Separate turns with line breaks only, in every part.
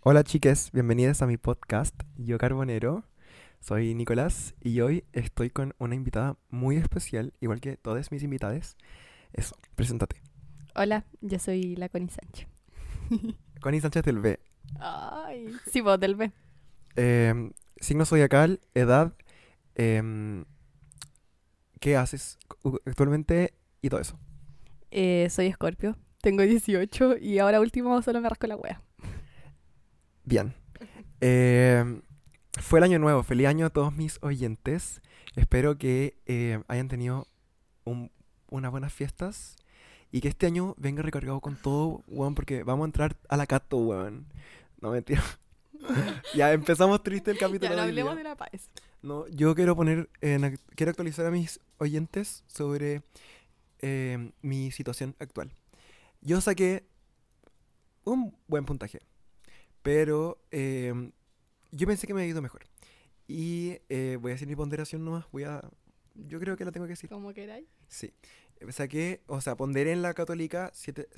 Hola chiques, bienvenidas a mi podcast Yo Carbonero. Soy Nicolás y hoy estoy con una invitada muy especial, igual que todas mis invitadas. Eso, preséntate.
Hola, yo soy la Connie Sánchez.
Connie Sánchez del B.
Ay, sí, vos del B.
Eh, signo zodiacal, edad, em, ¿qué haces cu- actualmente y todo eso?
Eh, soy Escorpio, tengo 18 y ahora último solo me rasco la wea.
Bien. Eh, fue el año nuevo. Feliz año a todos mis oyentes. Espero que eh, hayan tenido un- unas buenas fiestas. Y que este año venga recargado con todo, weón, porque vamos a entrar a la Cato, weón. No, mentira. ya empezamos triste el capítulo
Ya, no
de hoy día.
hablemos de la paz.
No, yo quiero poner, en ac- quiero actualizar a mis oyentes sobre eh, mi situación actual. Yo saqué un buen puntaje, pero eh, yo pensé que me había ido mejor. Y eh, voy a hacer mi ponderación nomás, voy a, yo creo que la tengo que decir.
Como queráis.
Sí. Eh, Saqué, o sea, ponderé en la católica siete-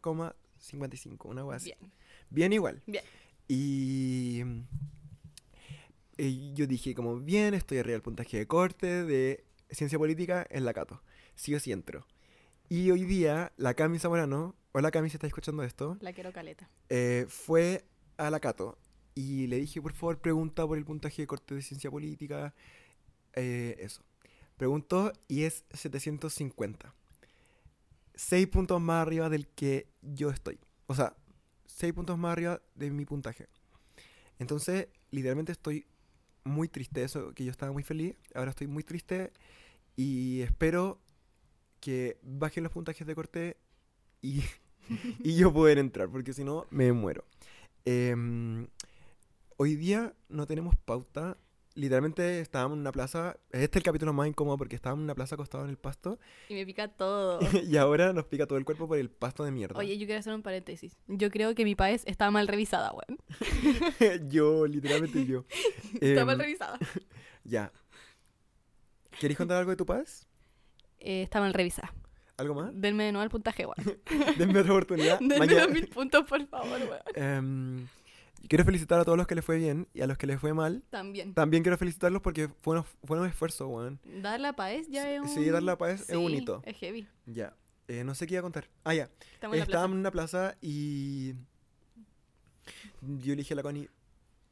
744,55, una hueá así.
Bien.
Bien igual.
Bien.
Y, mm, y yo dije como, bien, estoy arriba del puntaje de corte de ciencia política en la Cato. Sí o sí entro. Y hoy día, la Cami Zamorano, hola Cami si estás escuchando esto,
La quiero caleta.
eh, fue a la Cato y le dije, por favor, pregunta por el puntaje de corte de ciencia política. eh, eso. Preguntó y es 750. 6 puntos más arriba del que yo estoy. O sea, 6 puntos más arriba de mi puntaje. Entonces, literalmente estoy muy triste. Eso que yo estaba muy feliz. Ahora estoy muy triste. Y espero que bajen los puntajes de corte y, y yo poder entrar. Porque si no, me muero. Em, hoy día no tenemos pauta. Literalmente estábamos en una plaza. Este es el capítulo más incómodo porque estábamos en una plaza acostado en el pasto.
Y me pica todo.
y ahora nos pica todo el cuerpo por el pasto de mierda.
Oye, yo quiero hacer un paréntesis. Yo creo que mi país está mal revisada, weón.
yo, literalmente yo.
Está
Em,
mal revisada.
Ya. ¿Querés contar algo de tu paz?
Eh, está mal revisada.
¿Algo más?
Denme de nuevo el puntaje, weón.
Denme otra oportunidad.
Denme
¿Ah? Mañana-
dos mil puntos, por favor, weón.
Em, quiero felicitar a todos los que les fue bien y a los que les fue mal.
También.
También quiero felicitarlos porque fue un, fue un esfuerzo, weón.
Dar la paz ya es un...
Sí, dar la paz es un
Sí,
hito.
es heavy.
Ya. Eh, no sé qué iba a contar. Ah, ya.
Estamos en la plaza.
Estábamos en una plaza y. Yo le dije a la Connie: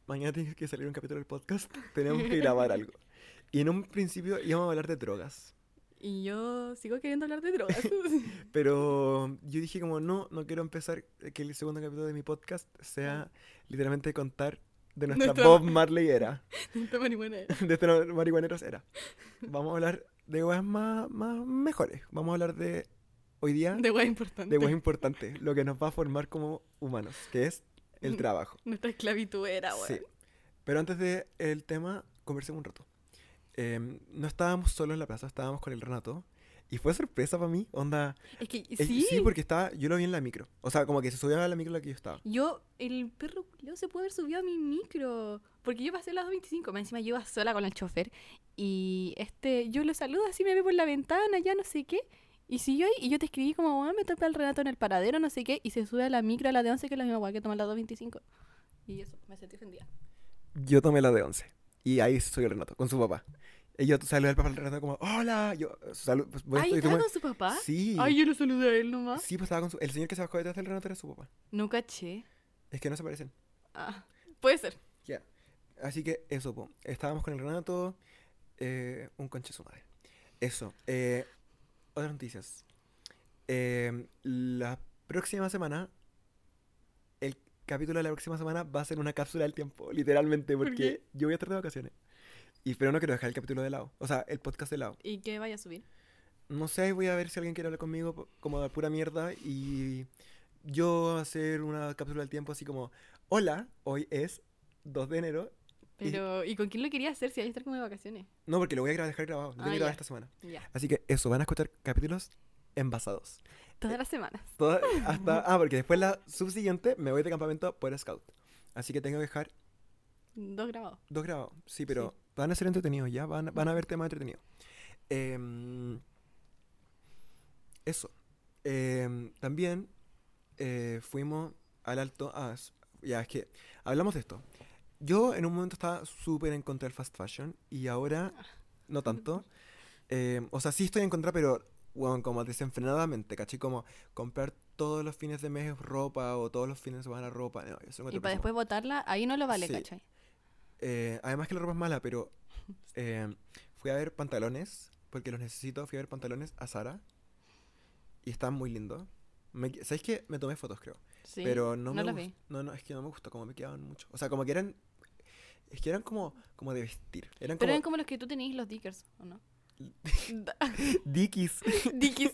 Mañana tienes que salir un capítulo del podcast. Tenemos que grabar algo. Y en un principio íbamos a hablar de drogas.
Y yo sigo queriendo hablar de drogas.
Pero yo dije como, no, no quiero empezar eh, que el segundo capítulo de mi podcast sea literalmente contar de nuestra
Nuestra-
Bob Marley era,
Esta marihuana era.
de nuestros marihuaneros era. Vamos a hablar de cosas más, más mejores. Vamos a hablar de hoy día,
De weas importante.
de cosas importantes, lo que nos va a formar como humanos, que es el
Mm,
trabajo.
Nuestra esclavitud era, weón.
Sí. Pero antes del el tema, conversemos un rato. Em, no estábamos solos en la plaza, estábamos con el Renato. Y fue sorpresa para mí, onda...
Es que
Eh,
sí.
porque estaba, yo lo vi en la micro. O sea, como que se subía a la micro en la que yo estaba.
Yo, el perro culiao se puede haber subido a mi micro. Porque yo pasé las 2.25. Más encima yo iba sola con el chofer. Y este, yo lo saludo así, me ve por la ventana, ya no sé qué. Y siguió ahí. Y yo te escribí como, ah, me toca el relato en el paradero, no sé qué. Y se sube a la micro a la de 11, que es la misma weá que toma la 2.25. Y eso, me sentí ofendida.
Yo tomé la de 11. Y ahí subió el Renato con su papá. Y yo saludé al papá del Renato como, hola. Yo, salud, pues, voy a-
Ay,
y
¿estaba
tomé-
con su papá?
Sí.
Ay, yo lo saludé a él nomás.
sí, pues estaba con su... El señor que se bajó detrás del Renato era su papá.
No caché.
Es que no se parecen.
Ah, puede ser.
Ya. Así que eso, po. Estábamos con el Renato. eh, un conche su madre. Eso. eh, otras noticias. Eh, la próxima semana. El capítulo de la próxima semana va a ser una cápsula del tiempo, literalmente,
¿Por
porque
qué?
yo voy a estar de vacaciones. Y pero no quiero dejar el capítulo de lado. O sea, el podcast de lado.
¿Y qué vaya a subir?
No sé, ahí voy a ver si alguien quiere hablar conmigo po- como de pura mierda y yo voy a hacer una cápsula del tiempo así como, hola, hoy es 2 de enero Y-
Pero, ¿y con quién lo quería hacer si hay que estar como de vacaciones?
No, porque lo voy a gra- dejar grabado. Lo tengo
Ah,
que grabar
ya.
esta semana.
Ya,
Así que eso, van a escuchar capítulos envasados.
todas las semanas.
Toda- hasta, ah, porque después la subsiguiente me voy de campamento por Scout. Así que tengo que dejar
Dos grabados.
dos grabados. Sí, pero van a ser entretenidos ya. Van, van a haber temas entretenidos. Em, eso. Em, también eh, fuimos al alto. Ah, s- Ya, es que hablamos de esto. Yo en un momento estaba súper en contra del fast fashion y ahora
Ah.
no tanto. Eh, o sea, sí estoy en contra, pero weón, como desenfrenadamente, ¿cachai? Como comprar todos los fines de mes ropa o todos los fines de semana ropa.
Y
No, eso encuentro
para
pésimo.
después botarla, ahí no lo vale,
Sí.
¿cachai?
Eh, además que la ropa es mala, pero eh, fui a ver pantalones, porque los necesito, fui a ver pantalones a Sara y están muy lindos. Me qui- ¿Sabes qué? Me tomé fotos, creo.
Sí,
pero no, me
los
gust-
vi.
No, no, es que no me gustó como me quedaban mucho. O sea, como que eran es que eran como como de vestir. Eran
Pero eran
como
como los que tú tenías los dickers, ¿o no?
dickies.
Dickies.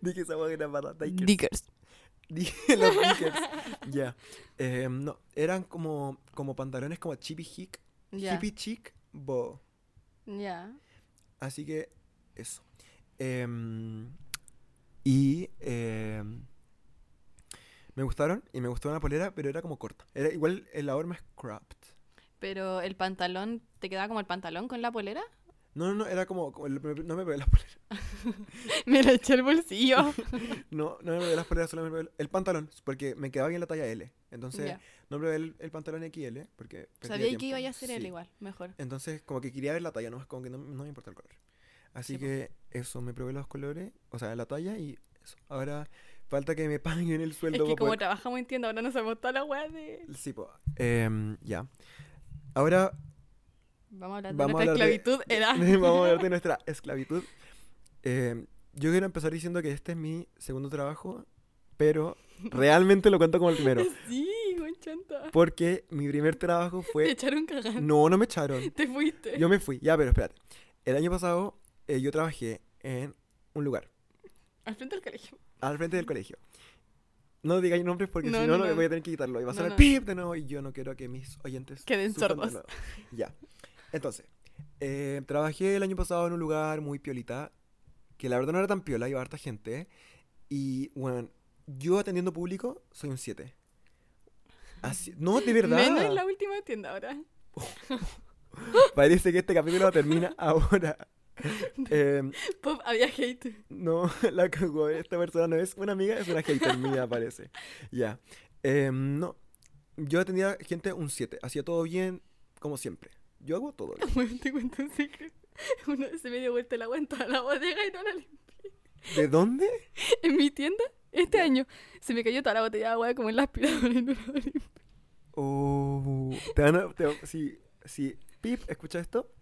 Dije esa hueá que era para Dikers.
Dickers.
Dije los Dikers. Ya. Eh, no, eran como como pantalones como chibi chic,
Ya.
hippie chic, bo.
Ya.
Así que eso. Em, y em, me gustaron y me gustó una polera, pero era como corta. Era igual el ahorma es cropped.
Pero el pantalón, ¿te quedaba como el pantalón con la polera?
No, no, no, era como, como el- no me pegué las poleras.
Me la eché al bolsillo.
No, no me pegué las poleras, solo me pegué el, el pantalón, porque me quedaba bien la talla L. Entonces,
Ya.
no me pegué el, el pantalón XL, porque perdía
Sabía que
tiempo.
iba a ser él
Sí.
igual, mejor.
Entonces, como que quería ver la talla, no es como que no, no me importa el color. Así
Sí, po.
que eso, me probé los colores, o sea, la talla y eso. Ahora falta que me paguen el sueldo.
Es que
pa'
como
poder-
trabajamos en tienda, ahora nos hemos toda la weá de...
Sí, po. Em, ya. Ahora
Vamos a hablar de
Vamos a
nuestra
hablar de-
esclavitud, era.
vamos a hablar de nuestra esclavitud. Em, yo quiero empezar diciendo que este es mi segundo trabajo, pero realmente lo cuento como el primero.
Sí, conchanta.
Porque mi primer trabajo
Te
fue...
echaron cagando.
No, no me echaron.
Te fuiste.
Yo me fui. Ya, pero espérate. El año pasado eh, yo trabajé en un lugar,
Al frente del colegio.
al frente del colegio. No digáis nombres porque
No,
si no,
no,
no,
no.
voy a tener que quitarlo. Y va a
No,
sonar
no.
pip de nuevo y yo no quiero que mis oyentes...
Queden
sufran de
sordos.
nuevo. Ya. Entonces, eh, trabajé el año pasado en un lugar muy piolita, que la verdad no era tan piola, iba harta gente. Y, bueno, yo atendiendo público soy un 7. Así, no, de verdad.
Menos en la última tienda ahora.
Parece que este capítulo termina ahora. Em,
Pop, había hate.
No, la cagó. Esta persona no es una amiga, es una hater mía, parece. Ya. Em, no. Yo atendía gente un 7. Hacía todo bien, como siempre. Yo hago todo bien.
Bueno, te cuento un secreto. Una vez se me dio vuelta el agua en toda la bodega y no la lim-
¿De dónde?
En mi tienda, este año, se me cayó toda la botella de agua como en la aspiradora y no la lim-
Oh, te van a- te- si, si Pip escucha esto,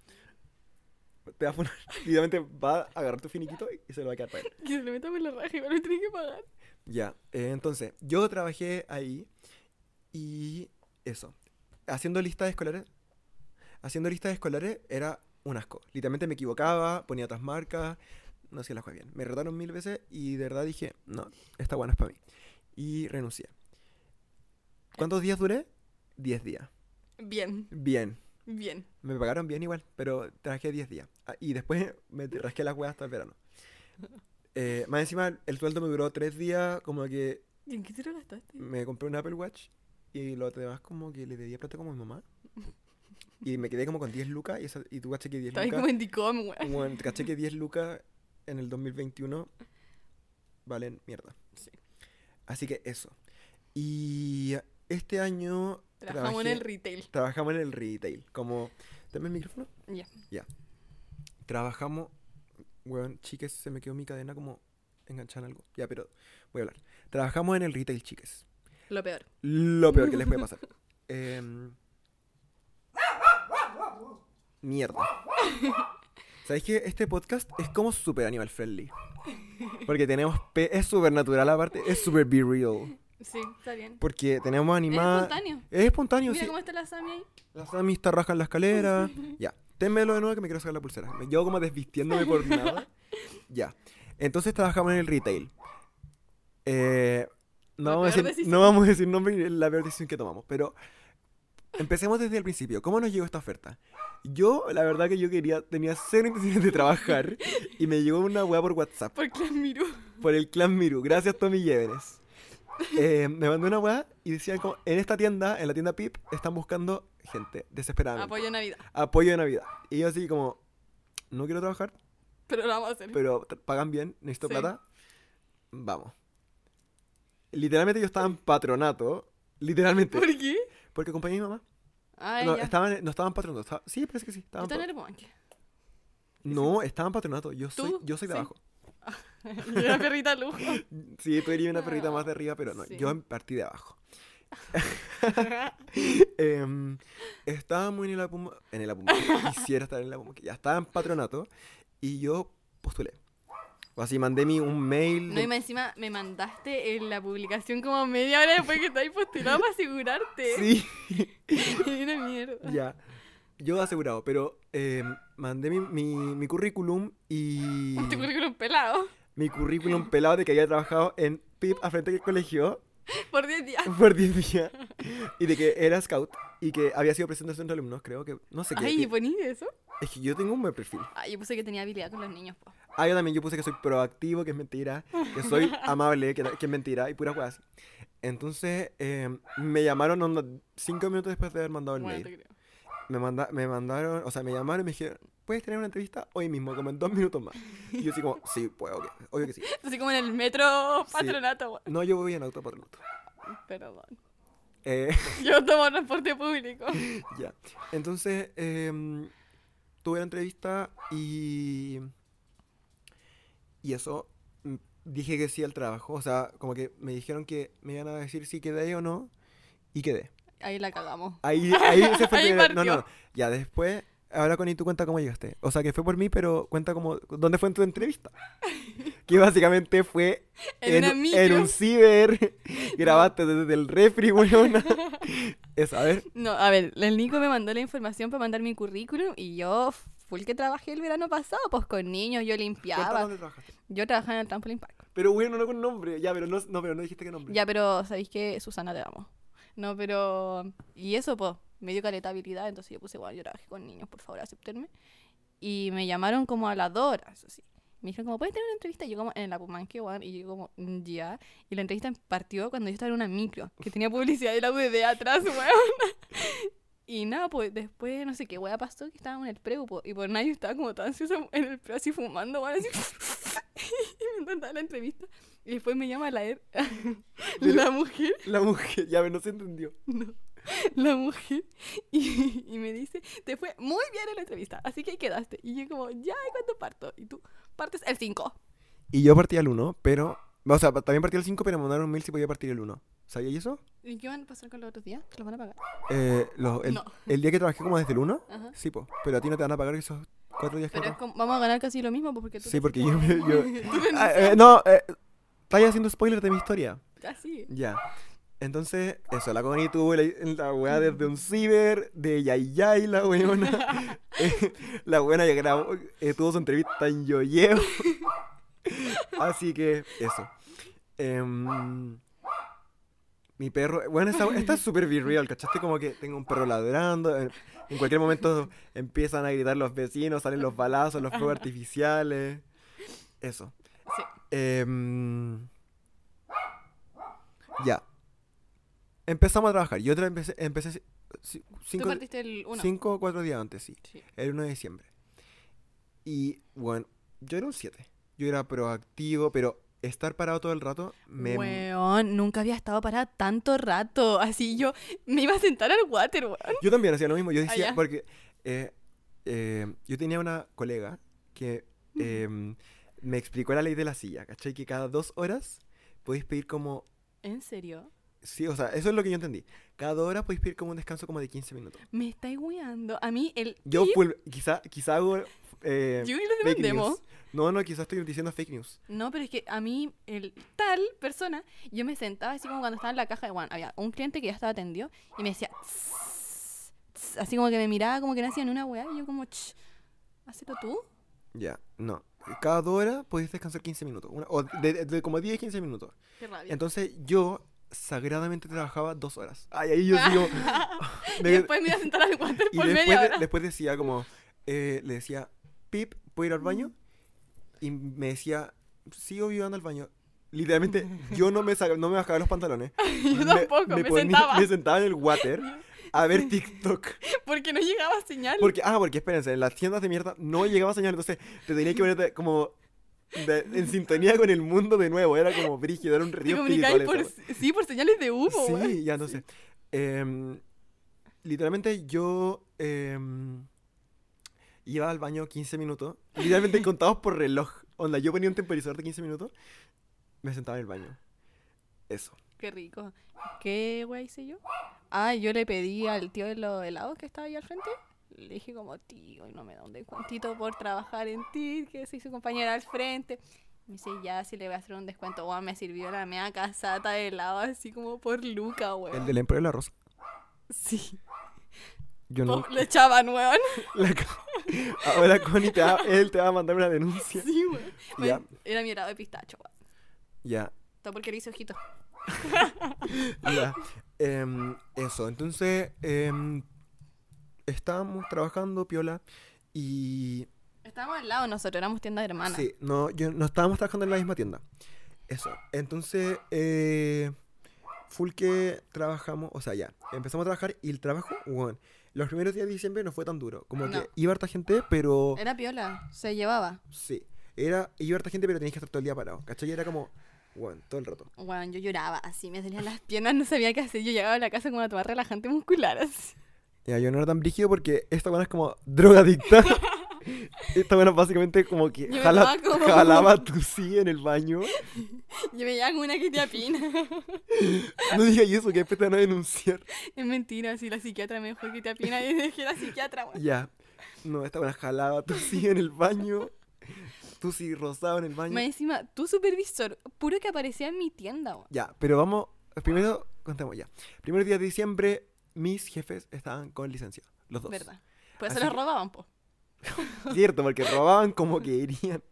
te va a poner. Literalmente va a agarrar tu finiquito y se lo va a quedar para él.
Que se lo meta por la raja y me lo tiene que pagar.
Ya, eh, entonces, yo trabajé ahí y eso. Haciendo listas escolares. Haciendo listas escolares era un asco. Literalmente me equivocaba, ponía otras marcas, no hacía las cosas bien. Me retaron mil veces y de verdad dije, no, esta buena es para mí. Y renuncié. ¿Cuántos días duré? Diez días.
Bien,
Bien.
bien.
Me pagaron bien igual, pero trabajé 10 días. Ah, Y después me te- rasqué las huevas hasta el verano. Eh, más encima, el sueldo me duró 3 días, como que
¿Y en qué te lo gastaste?
me compré un Apple Watch y lo demás como que le debía plata como a mi mamá. Y me quedé como con 10 lucas y, esa- y tú caché que 10
Estaba ahí como
lucas...
en Dicom, weón.
Bueno, caché que 10 lucas en el 2021 valen mierda.
Sí.
Así que eso. Y este año
Trabajamos en
trabajé-
el retail.
trabajamos en el retail. Como... ¿Dame el micrófono?
Ya.
Trabajamos... Weón, chiques, se me quedó mi cadena como enganchada en algo. Ya, pero voy a hablar. Trabajamos en el retail, chiques.
Lo peor.
Lo peor que les puede pasar. Em, mierda. ¿Sabéis que este podcast es como super animal friendly? Porque tenemos... pe- es super natural aparte, es super be real.
Sí, está bien.
Porque tenemos
Es
animados...
espontáneo.
Es espontáneo,
Mira
sí.
cómo está la Sami ahí.
Las amis te rascan la escalera. ya. Ténmelo de nuevo que me quiero sacar la pulsera. Me llevo como desvistiéndome por nada. Ya. Entonces trabajamos en el retail. Eh, no,
La
vamos a
peor
decir,
decisión.
no vamos a decir nombre ni la peor decisión que tomamos, pero empecemos desde el principio. ¿Cómo nos llegó esta oferta? Yo, la verdad que yo quería, tenía cero intenciones de trabajar y me llegó una weá por WhatsApp
Porque las miró.
por el clan Miru. Gracias, Tommy Llévenes. Eh, me mandó una weá y decían como, en esta tienda, en la tienda PIP, están buscando gente desesperada.
Apoyo Navidad.
Apoyo de Navidad. Y yo así como, no quiero trabajar,
Pero lo vamos a hacer.
pero tra- pagan bien, necesito
Sí.
plata. Vamos. Literalmente yo estaba en patronato Literalmente.
¿Por qué?
Porque acompañé a mi mamá.
Ah,
no,
ya.
estaban, no estaban patronados. estaba- Sí, parece que sí.
Yo
Estaban
estaba
pa-
en el banque.
No, estaban patronatos. Yo soy,
¿Tú?
yo soy de
Sí.
abajo.
Yo era perrita lujo.
Sí, tú eres una perrita más de
No,
arriba, pero no.
Ah, sí.
Yo partí de abajo. Em, estábamos en el Apuma. En el Apuma. Quisiera estar en el Apuma. Ya estaba en patronato. Y yo postulé. O así mandé mi, un mail.
No,
de-
y más encima me mandaste en la publicación como media hora después que estáis postulado para asegurarte.
Sí.
Una mierda.
Ya. Yo asegurado, pero eh, mandé mi, mi- mi currículum y
Tu currículum pelado.
mi currículum pelado de que había trabajado en PIP al frente del colegio
Por 10 días.
por 10 días y de que era scout y que había sido presidente del centro de alumnos, creo que no sé qué.
Ay, pues. poní eso.
Es que yo tengo un buen perfil.
Ay, yo puse que tenía habilidad con los niños, po.
Ah, yo también yo puse que soy proactivo, que es mentira, que soy amable, que, que es mentira y puras cosas. Entonces eh, me llamaron onda cinco minutos después de haber mandado el
Bueno,
mail.
te creo.
me, manda, me mandaron, o sea, me llamaron y me dijeron, ¿puedes tener una entrevista hoy mismo? Como en dos minutos más. Y yo así como, sí, puedo, que- obvio que sí.
Así como en el metro
Sí.
patronato, bueno.
No, yo voy en auto patronato.
Perdón.
Eh,
Yo tomo transporte público.
ya. Entonces, em, tuve la entrevista y... Y eso, mm, dije que sí al trabajo. O sea, como que me dijeron que me iban a decir si quedé o no. Y quedé.
Ahí la cagamos.
Ahí, ahí se fue.
Ahí
el primer- no, no,
partió.
no. Ya, después, ahora con y tú cuenta cómo llegaste. O sea, que fue por mí, pero cuenta cómo, dónde fue en tu entrevista. Que básicamente fue
En, una micro.
en un ciber. Grabaste desde el refri, weona. Eso, a ver.
No, a ver, el Nico me mandó la información para mandar mi currículum y yo fue el que trabajé el verano pasado, pues con niños, yo
cuenta
limpiaba.
dónde trabajaste.
Yo trabajaba en el Trampoline Park.
Pero bueno, no con nombre. Ya, pero no, no, pero no dijiste qué nombre.
Ya, pero ¿sabéis qué? Susana te amo. No, pero... Y eso, pues, me dio caleta habilidad, entonces yo puse, bueno, yo trabajé con niños, por favor, aceptenme. Y me llamaron como a las dos horas, así. Me dijeron como, ¿puedes tener una entrevista? Y yo como, en la Pumanque, weón, y yo como, "Mm, ya. Y la entrevista partió cuando yo estaba en una micro, que tenía publicidad de la UDD atrás, weón. Y nada, pues después no sé qué weá pasó, que estábamos en el preu, po, y por nadie estaba como tan ansiosa en el preu así fumando, weón, así. y me encantaba la entrevista. Y después me llama la, er- la mujer
La mujer, ya, pero no se entendió.
no. La mujer. Y, y me dice, te fue muy bien en la entrevista, así que ahí quedaste. Y yo como, ya, ¿y cuándo parto? Y tú, partes el 5.
Y yo partí al 1, pero. O sea, también partí al 5, pero me mandaron un mail si podía partir el 1. ¿Sabías eso?
¿Y qué van a pasar con los otros días? ¿Te los van a pagar?
Eh, los- el,
No.
el día que trabajé como desde el 1,
Ajá.
sí, po, pero a ti no te van a pagar esos cuatro días que
Pero es
trabajas.
como- vamos a ganar casi lo mismo pues, porque tú...
Sí,
te
porque yo...
fuiste
yo-
Tú te
Ah, eh, no, eh, estáis haciendo spoiler de mi historia.
Casi.
Ya. Entonces, eso, la Connie tuvo la, la weá desde un ciber, de Yayay, la weona. Eh, la weona ya grabó, eh, tuvo su entrevista en Yoyeo. Así que, eso. Em, mi perro, bueno, esta, esta es súper virreal, ¿cachaste? Como que tengo un perro ladrando, eh, en, en cualquier momento empiezan a gritar los vecinos, salen los balazos, los fuegos artificiales. Eso.
Sí.
Em, ya. Empezamos a trabajar. Yo tra- empecé, empecé ci- ci-
Tú
cinco,
partiste el 1.
cinco o cuatro días antes, sí.
Sí.
El 1 de diciembre. Y bueno, yo era un 7. Yo era proactivo, pero estar parado todo el rato me...
Weón, nunca había estado parada tanto rato. Así yo me iba a sentar al water, weón.
Yo también hacía lo mismo. Yo decía,
Ah, ya.
porque eh, eh, yo tenía una colega que em, me explicó la ley de la silla, ¿cachai? Que cada dos horas podéis pedir como
¿En serio?
Sí, o sea, eso es lo que yo entendí. Cada hora podéis pedir como un descanso como de 15 minutos.
Me estáis weando. A mí el...
Yo
tip-
full- quizá, quizá hago eh,
Yo y lo
fake
demandemos.
news. No, no, quizá estoy diciendo fake news.
No, pero es que a mí, el tal persona, yo me sentaba así como cuando estaba en la caja de Juan. Había un cliente que ya estaba atendido y me decía, "Tss, tss", así como que me miraba como que no hacían una weá. Y yo, como, "Ch, hacelo tú.
Ya, no. Cada hora podéis descansar 15 minutos. Una- o de, de- de como 10, 15 minutos.
Qué rabia.
Entonces yo sagradamente trabajaba dos horas. Ay, ahí yo digo...
y después me iba a sentar al water
y
por
después,
media
de-
hora.
después decía como... eh, le decía, Pip, ¿puedo ir al baño? Y me decía, sí, obvio, ando al baño. Literalmente, yo no me, saca- no me bajaba los pantalones.
yo tampoco, me,
ponía-
sentaba.
me sentaba en el water a ver TikTok.
Porque no llegaba señal.
Porque, ah, porque espérense, en las tiendas de mierda no llegaba señal, entonces te tenía que poner como de- en sintonía con el mundo de nuevo. Era como brígido, era un
Te
río
comunicáis
espiritual. esa
por,
wea.
sí, por señales de humo. weón.
Sí, ya no sé. Em, literalmente yo em, iba al baño 15 minutos, literalmente contados por reloj. Onda, yo ponía un temporizador de 15 minutos, me sentaba en el baño. Eso.
Qué rico. ¿Qué wea hice yo? Ah, yo le pedí al tío de los helados que estaba ahí al frente. Le dije como, tío, no me da un descuentito por trabajar en ti, que soy su compañera al frente. Me dice, ya, si le voy a hacer un descuento, weón, me sirvió la mea casata de helado así como por Luca, weón.
El del Emperador de la Rosa.
Sí.
Yo no.
Po- Lo echaban, weón.
la co- Ahora Connie te va- él te va a mandar una denuncia.
Sí, weón.
Ya.
Weón, Era mi helado de pistacho, weón.
Ya,
Todo porque le hice ojitos.
ya. Em, eso, entonces em, estábamos trabajando, Piola, y
Estábamos al lado nosotros, éramos tienda hermana.
Sí, no, yo, no estábamos trabajando en la misma tienda. Eso. Entonces, eh, full que trabajamos, o sea, ya, empezamos a trabajar y el trabajo, bueno, los primeros días de diciembre no fue tan duro. Como
No. Eh.
que iba harta gente, pero...
Era piola, se llevaba.
Sí, era, iba harta gente, pero tenías que estar todo el día parado. ¿Cachai? Era como, bueno, todo el rato.
Bueno, yo lloraba así, me salían las piernas, no sabía qué hacer. Yo llegaba a la casa con una tomar relajante muscular así.
Ya, yo no era tan brígido porque esta buena es como drogadicta. esta buena básicamente como que
Yo me
jala-
tomaba como-
jalaba tu sí en el baño.
Yo me llevaba con una que te apina.
No digas eso, que después te van a denunciar.
es mentira, si la psiquiatra me dijo que te apina y dejé la psiquiatra, weón.
Ya. No, esta buena jalaba. Tú sí en el baño. Tú sí rosado en el baño.
Más encima, tu supervisor, puro que aparecía en mi tienda, weón.
Ya, pero vamos. Primero, contemos ya. Primer día de diciembre, mis jefes estaban con licencia. Los dos.
¿Verdad? Por eso
Así
los
que-
robaban, po.
Cierto, porque robaban como que irían.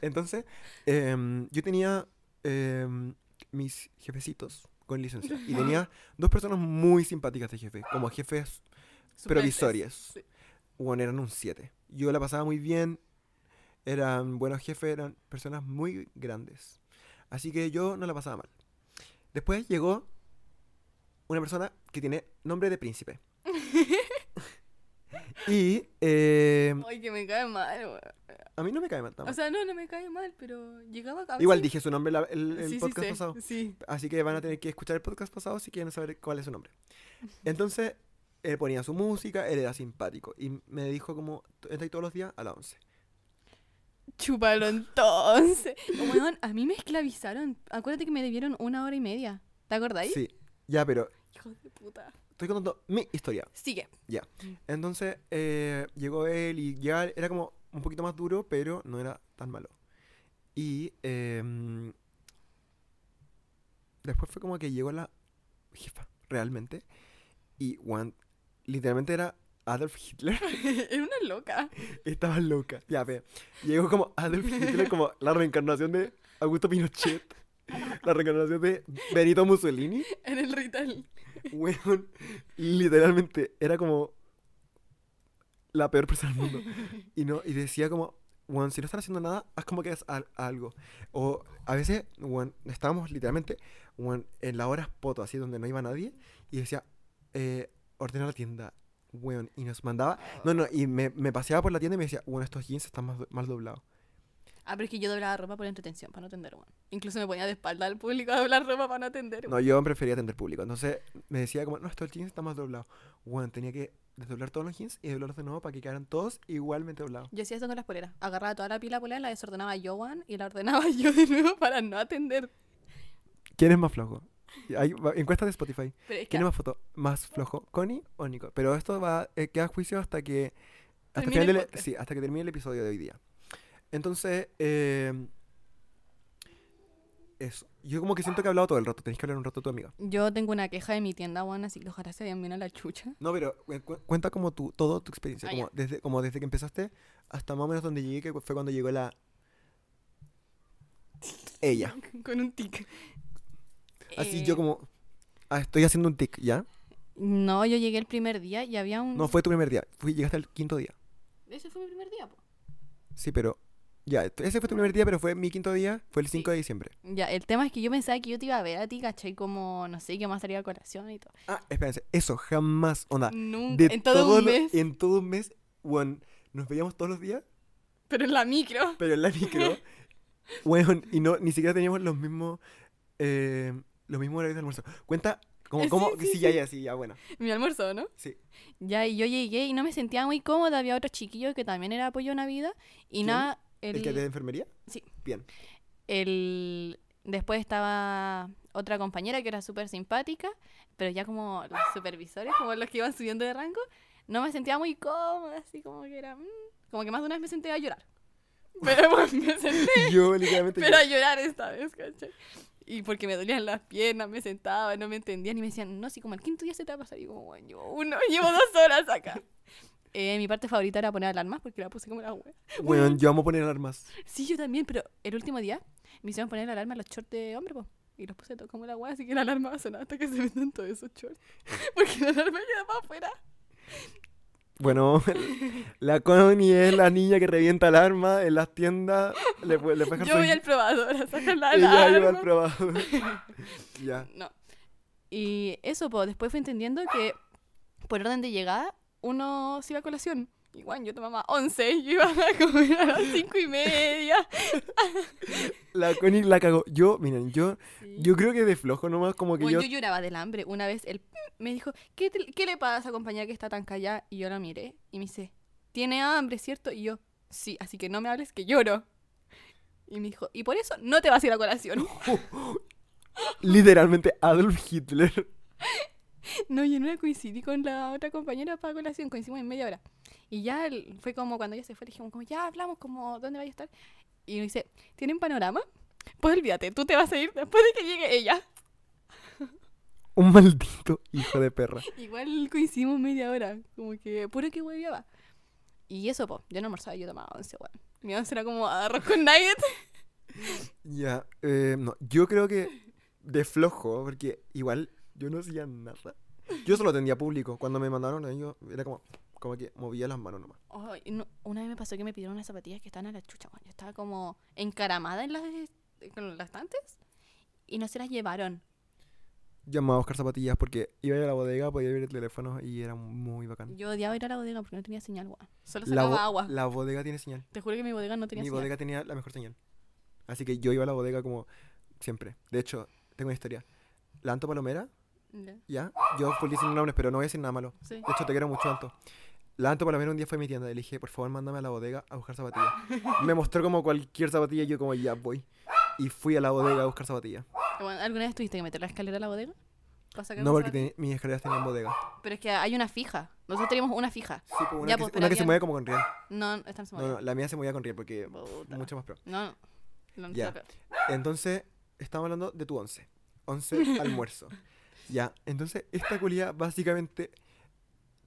Entonces, em, yo tenía em, mis jefecitos con licencia. Y tenía dos personas muy simpáticas de jefe, como jefes
Suplentes.
provisorias.
Sí.
Bueno, eran un 7. Yo la pasaba muy bien. Eran buenos jefes, eran personas muy grandes. Así que yo no la pasaba mal. Después llegó una persona que tiene nombre de príncipe. y eh,
Ay, que me cae mal, weón.
a mí no me cae mal tan
O
mal.
sea, no, no me cae mal, pero llegaba a
Igual
veces-
dije su nombre la- el, el
Sí, sí,
podcast
sé,
pasado.
Sí.
Así que van a tener que escuchar el podcast pasado si quieren saber cuál es su nombre. Entonces, él ponía su música, él era simpático. Y me dijo como, "Estáis todos los días a las 11.
Chúpalo entonces. Oh, Weón, a mí me esclavizaron. Acuérdate que me debieron una hora y media. ¿Te acordáis?
Sí, ya, pero
Hijo de puta.
estoy contando mi historia.
Sigue.
Entonces eh, llegó él y ya era como un poquito más duro, pero no era tan malo. Y em, después fue como que llegó la jefa, realmente. Y Juan, literalmente era Adolf Hitler.
Era una loca.
Estaba loca. Ya, ve. Llegó como Adolf Hitler, como la reencarnación de Augusto Pinochet. La reencarnación de Benito Mussolini.
En el Rital.
Weón, literalmente, era como la peor persona del mundo. Y no, y decía como, weón, si no están haciendo nada, haz como que haz al- algo. O a veces, weón, estábamos literalmente, weón, en la hora poto, así donde no iba nadie, y decía, eh, ordena la tienda, weón, y nos mandaba, no, no, y me, me paseaba por la tienda y me decía, bueno, estos jeans están más do- mal doblados.
Ah, pero es que yo doblaba ropa por entretención, para no atender, weón. Incluso me ponía de espalda al público a doblar ropa para no atender, weón.
No, yo prefería atender público. Entonces me decía como, no, estos jeans están más doblados. Bueno, tenía que desdoblar todos los jeans y doblarlos de nuevo para que quedaran todos igualmente doblados.
Yo hacía eso con las poleras. Agarraba toda la pila polera, la desordenaba yo, weón, y la ordenaba yo de nuevo para no atender.
¿Quién es más flojo? Y Hay va- encuesta de Spotify.
Pero es que
¿Quién es más, foto- más flojo? ¿Connie o Nico? Pero esto va eh, queda a juicio hasta que... Hasta, el
Termine
final
el
del-
podcast.
sí, hasta que termine el episodio de hoy día. Entonces, eh, eso. Yo como que siento que he hablado todo el rato. Tenés que hablar un rato a tu amiga.
yo tengo una queja de mi tienda, weón, así que ojalá se vean bien a la chucha.
No, pero eh, cu- cuenta como tu, todo tu experiencia,
Ah,
como, desde, como desde que empezaste hasta más o menos donde llegué, que fue cuando llegó la... Ella.
con un tic.
Así
Eh,
yo como... Ah, estoy haciendo un tic, ¿ya?
No, yo llegué el primer día y había un.
No fue tu primer día, fui, llegaste al quinto día.
Ese fue mi primer día, po.
Sí, pero... Ya, este- ese fue tu primer día, pero fue mi quinto día, fue el 5 de diciembre.
Ya, el tema es que yo pensaba que yo te iba a ver a ti, ¿cachai? Como, no sé, que más salía a colación y todo.
Ah, espérense, eso jamás, onda.
Nunca,
Ah, De
en todo, un
lo-
mes,
en todo un mes, weón, nos veíamos todos los días,
pero en la micro.
pero en la micro, Weón, y no, ni siquiera teníamos los mismos, eh, los mismos horarios de almuerzo. Cuenta, como,
Eh,
como,
sí,
sí,
sí,
ya,
sí.
ya, sí, ya, bueno.
Mi almuerzo, ¿no?
Sí.
Ya, y yo llegué y no me sentía muy cómoda. Había otro chiquillo que también era apoyo Navidad. Y
¿Quién?
nada,
¿El,
el,
que de enfermería?
Sí.
Bien.
el- después estaba otra compañera que era súper simpática, pero ya como los supervisores, como los que iban subiendo de rango, no me sentía muy cómoda, así como que era... mm, como que más de una vez me senté a llorar. Pero bueno, me senté
Yo, literalmente.
pero a llorar esta vez, ¿cachai? Y porque me dolían las piernas, me sentaba, no me entendían y me decían, no, si como el quinto día se te va a pasar. Y como, bueno, llevo uno, llevo dos horas acá. Eh, mi parte favorita era poner alarmas porque la puse como la wea.
Weón, yo amo poner alarmas.
Sí, yo también, pero el último día me hicieron poner la alarma en los shorts de hombre, po. Y los puse todos como la wea, así que la alarma va a sonar hasta que se vendan todos esos shorts. Porque la alarma queda para afuera.
Bueno, la Connie es la niña que revienta alarma en las tiendas. Le, pu- le puedes dejar
Yo voy
su-
al probador a sacar la alarma.
Ella iba al probador. ya.
No. Y eso, pues, después fui entendiendo que por orden de llegada, uno se iba a colación. Igual yo tomaba 11, yo iba a comer a las 5 y media.
La Connie la cagó. Yo, miren, yo, yo creo que de flojo nomás, como que
Bueno,
yo.
yo lloraba del hambre. Una vez él me dijo, ¿qué, te- qué le pasa, compañera, que está tan callada? Y yo la miré y me dice, ¿tiene hambre, cierto? Y yo, sí, así que no me hables que lloro. Y me dijo, y por eso no te vas a ir a colación.
Literalmente Adolf Hitler.
No, yo no la coincidí con la otra compañera para colación, coincidimos en media hora. Y ya el- fue como cuando ella se fue, le dijimos, como, ya hablamos, como, ¿dónde vaya a estar? Y me dice, ¿tienen panorama? Pues olvídate, tú te vas a ir después de que llegue ella.
Un maldito hijo de perra.
Igual coincidimos media hora, como que puro que hueveaba. Y eso, po, yo no almorzaba, yo tomaba once, weón. Mi once era como arroz con nugget.
Ya, eh, no, yo creo que de flojo, porque igual yo no hacía nada. Yo solo atendía público. Cuando me mandaron ahí, yo era como, como que movía las manos nomás.
Ay, no, una vez me pasó que me pidieron unas zapatillas que estaban a la chucha, weón. Yo estaba como encaramada en las, eh, con las tantes y no se las llevaron.
Llamaba a buscar zapatillas porque iba a ir a la bodega, podía ver el teléfono y era muy bacán.
Yo odiaba ir a la bodega porque no tenía señal, weón. Solo
La,
sacaba
bo-
agua.
la bodega tiene señal.
Te juro que mi bodega no tenía
Mi
señal.
bodega tenía la mejor señal. Así que yo iba a la bodega como siempre. De hecho, tengo una historia. La Anto Palomera,
Ya,
ya. Yo por decir nombres, pero no voy a decir nada malo.
sí.
De hecho, te quiero mucho, Anto. La Anto Palomera un día fue a mi tienda. Le dije, por favor, mándame a la bodega a buscar zapatillas. Me mostró como cualquier zapatilla y yo como, ya voy. Y fui a la bodega a buscar zapatillas.
Bueno, ¿Alguna vez tuviste que meter la escalera a la bodega? ¿Para sacar
No
un
porque
zapato?
teni- mis escaleras tenían bodega.
Pero es que hay una fija. Nosotros teníamos una fija.
Sí, como una
Ya,
que,
pues,
se- una
pero
que se
había-
mueve como con riel.
No, no, esta no se
No, no,
movía.
la mía se movía con riel porque
Puta.
mucho más pro.
No, no. No, no
Ya.
está peor.
Entonces, estamos hablando de tu once. Once almuerzo. Ya, entonces, esta culia básicamente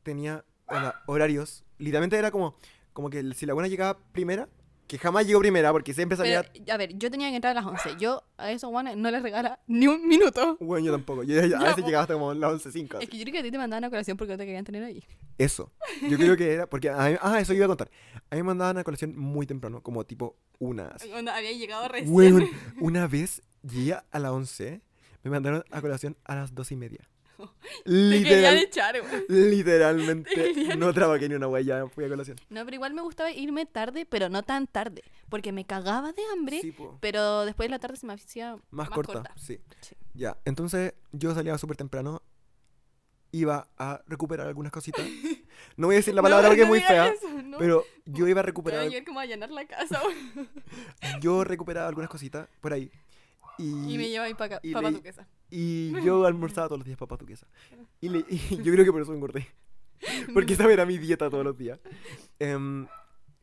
tenía hola, horarios. Literalmente era como, como que si la buena llegaba primera, que jamás llegó primera porque siempre salía...
Pero, a ver, yo tenía que entrar a las 11. Yo a esos guanes no les regala ni un minuto.
Bueno, yo tampoco. Yo, yo
Ya,
a veces
po.
llegaba hasta como las once cinco.
Es que yo creo que a ti te mandaban a colación porque no te querían tener ahí.
Eso. Yo creo que era porque... a mí- ah, eso iba a contar. A mí me mandaban a colación muy temprano, como tipo una. así.
Onda, había llegado recién.
Weón, una vez llegué a las 11, me mandaron a colación a las dos y media.
te querían
Literal,
echar, weón. Te
Literalmente
querían
no trabajé ni una wea, ya fui a colación.
No, pero igual me gustaba irme tarde, pero no tan tarde. Porque me cagaba de hambre, pero después de la tarde se me hacía
más, corta, sí.
Sí.
Ya, entonces yo salía súper temprano, iba a recuperar algunas cositas. No voy a decir la
No,
palabra porque
no
es muy
digas
fea,
eso, no.
pero yo iba a
Te voy
recuperar,
a llevar como a llenar la casa, weón.
yo recuperaba algunas cositas por ahí.
Y me lleva ahí para
y
pa
leí-
Patuquesa.
Y yo almorzaba todos los días papá tuquesa. Y, le- y yo creo que por eso engordé. Porque esa era mi dieta todos los días. Em,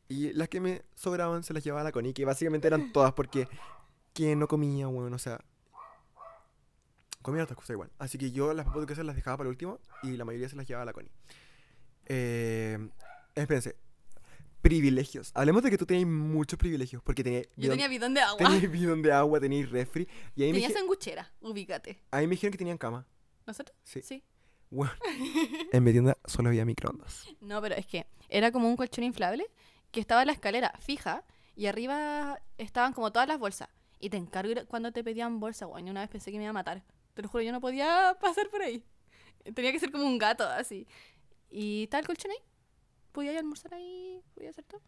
y las que me sobraban se las llevaba a la Connie, que básicamente eran todas porque que no comía, bueno, o sea, comía otras cosas igual. Así que yo las papas duquesas las dejaba para el último y la mayoría se las llevaba a la Connie. Eh, espérense. Privilegios. Hablemos de que tú tenías muchos privilegios porque tenías
Yo tenía bidón de agua.
tenías bidón de agua, tenías refri. Y ahí me,
Tenía
dije-
sanguchera, ubícate.
ahí me dijeron que tenían cama.
¿Nosotros?
Sí.
sí.
Bueno, en mi tienda solo había microondas.
No, pero es que era como un colchón inflable que estaba la escalera fija y arriba estaban como todas las bolsas. Y te encargo ir- cuando te pedían bolsa, weón. y Una vez pensé que me iba a matar. Te lo juro, yo no podía pasar por ahí. Tenía que ser como un gato, así. Y estaba el colchón ahí. Podía ir a almorzar ahí, podía hacer todo.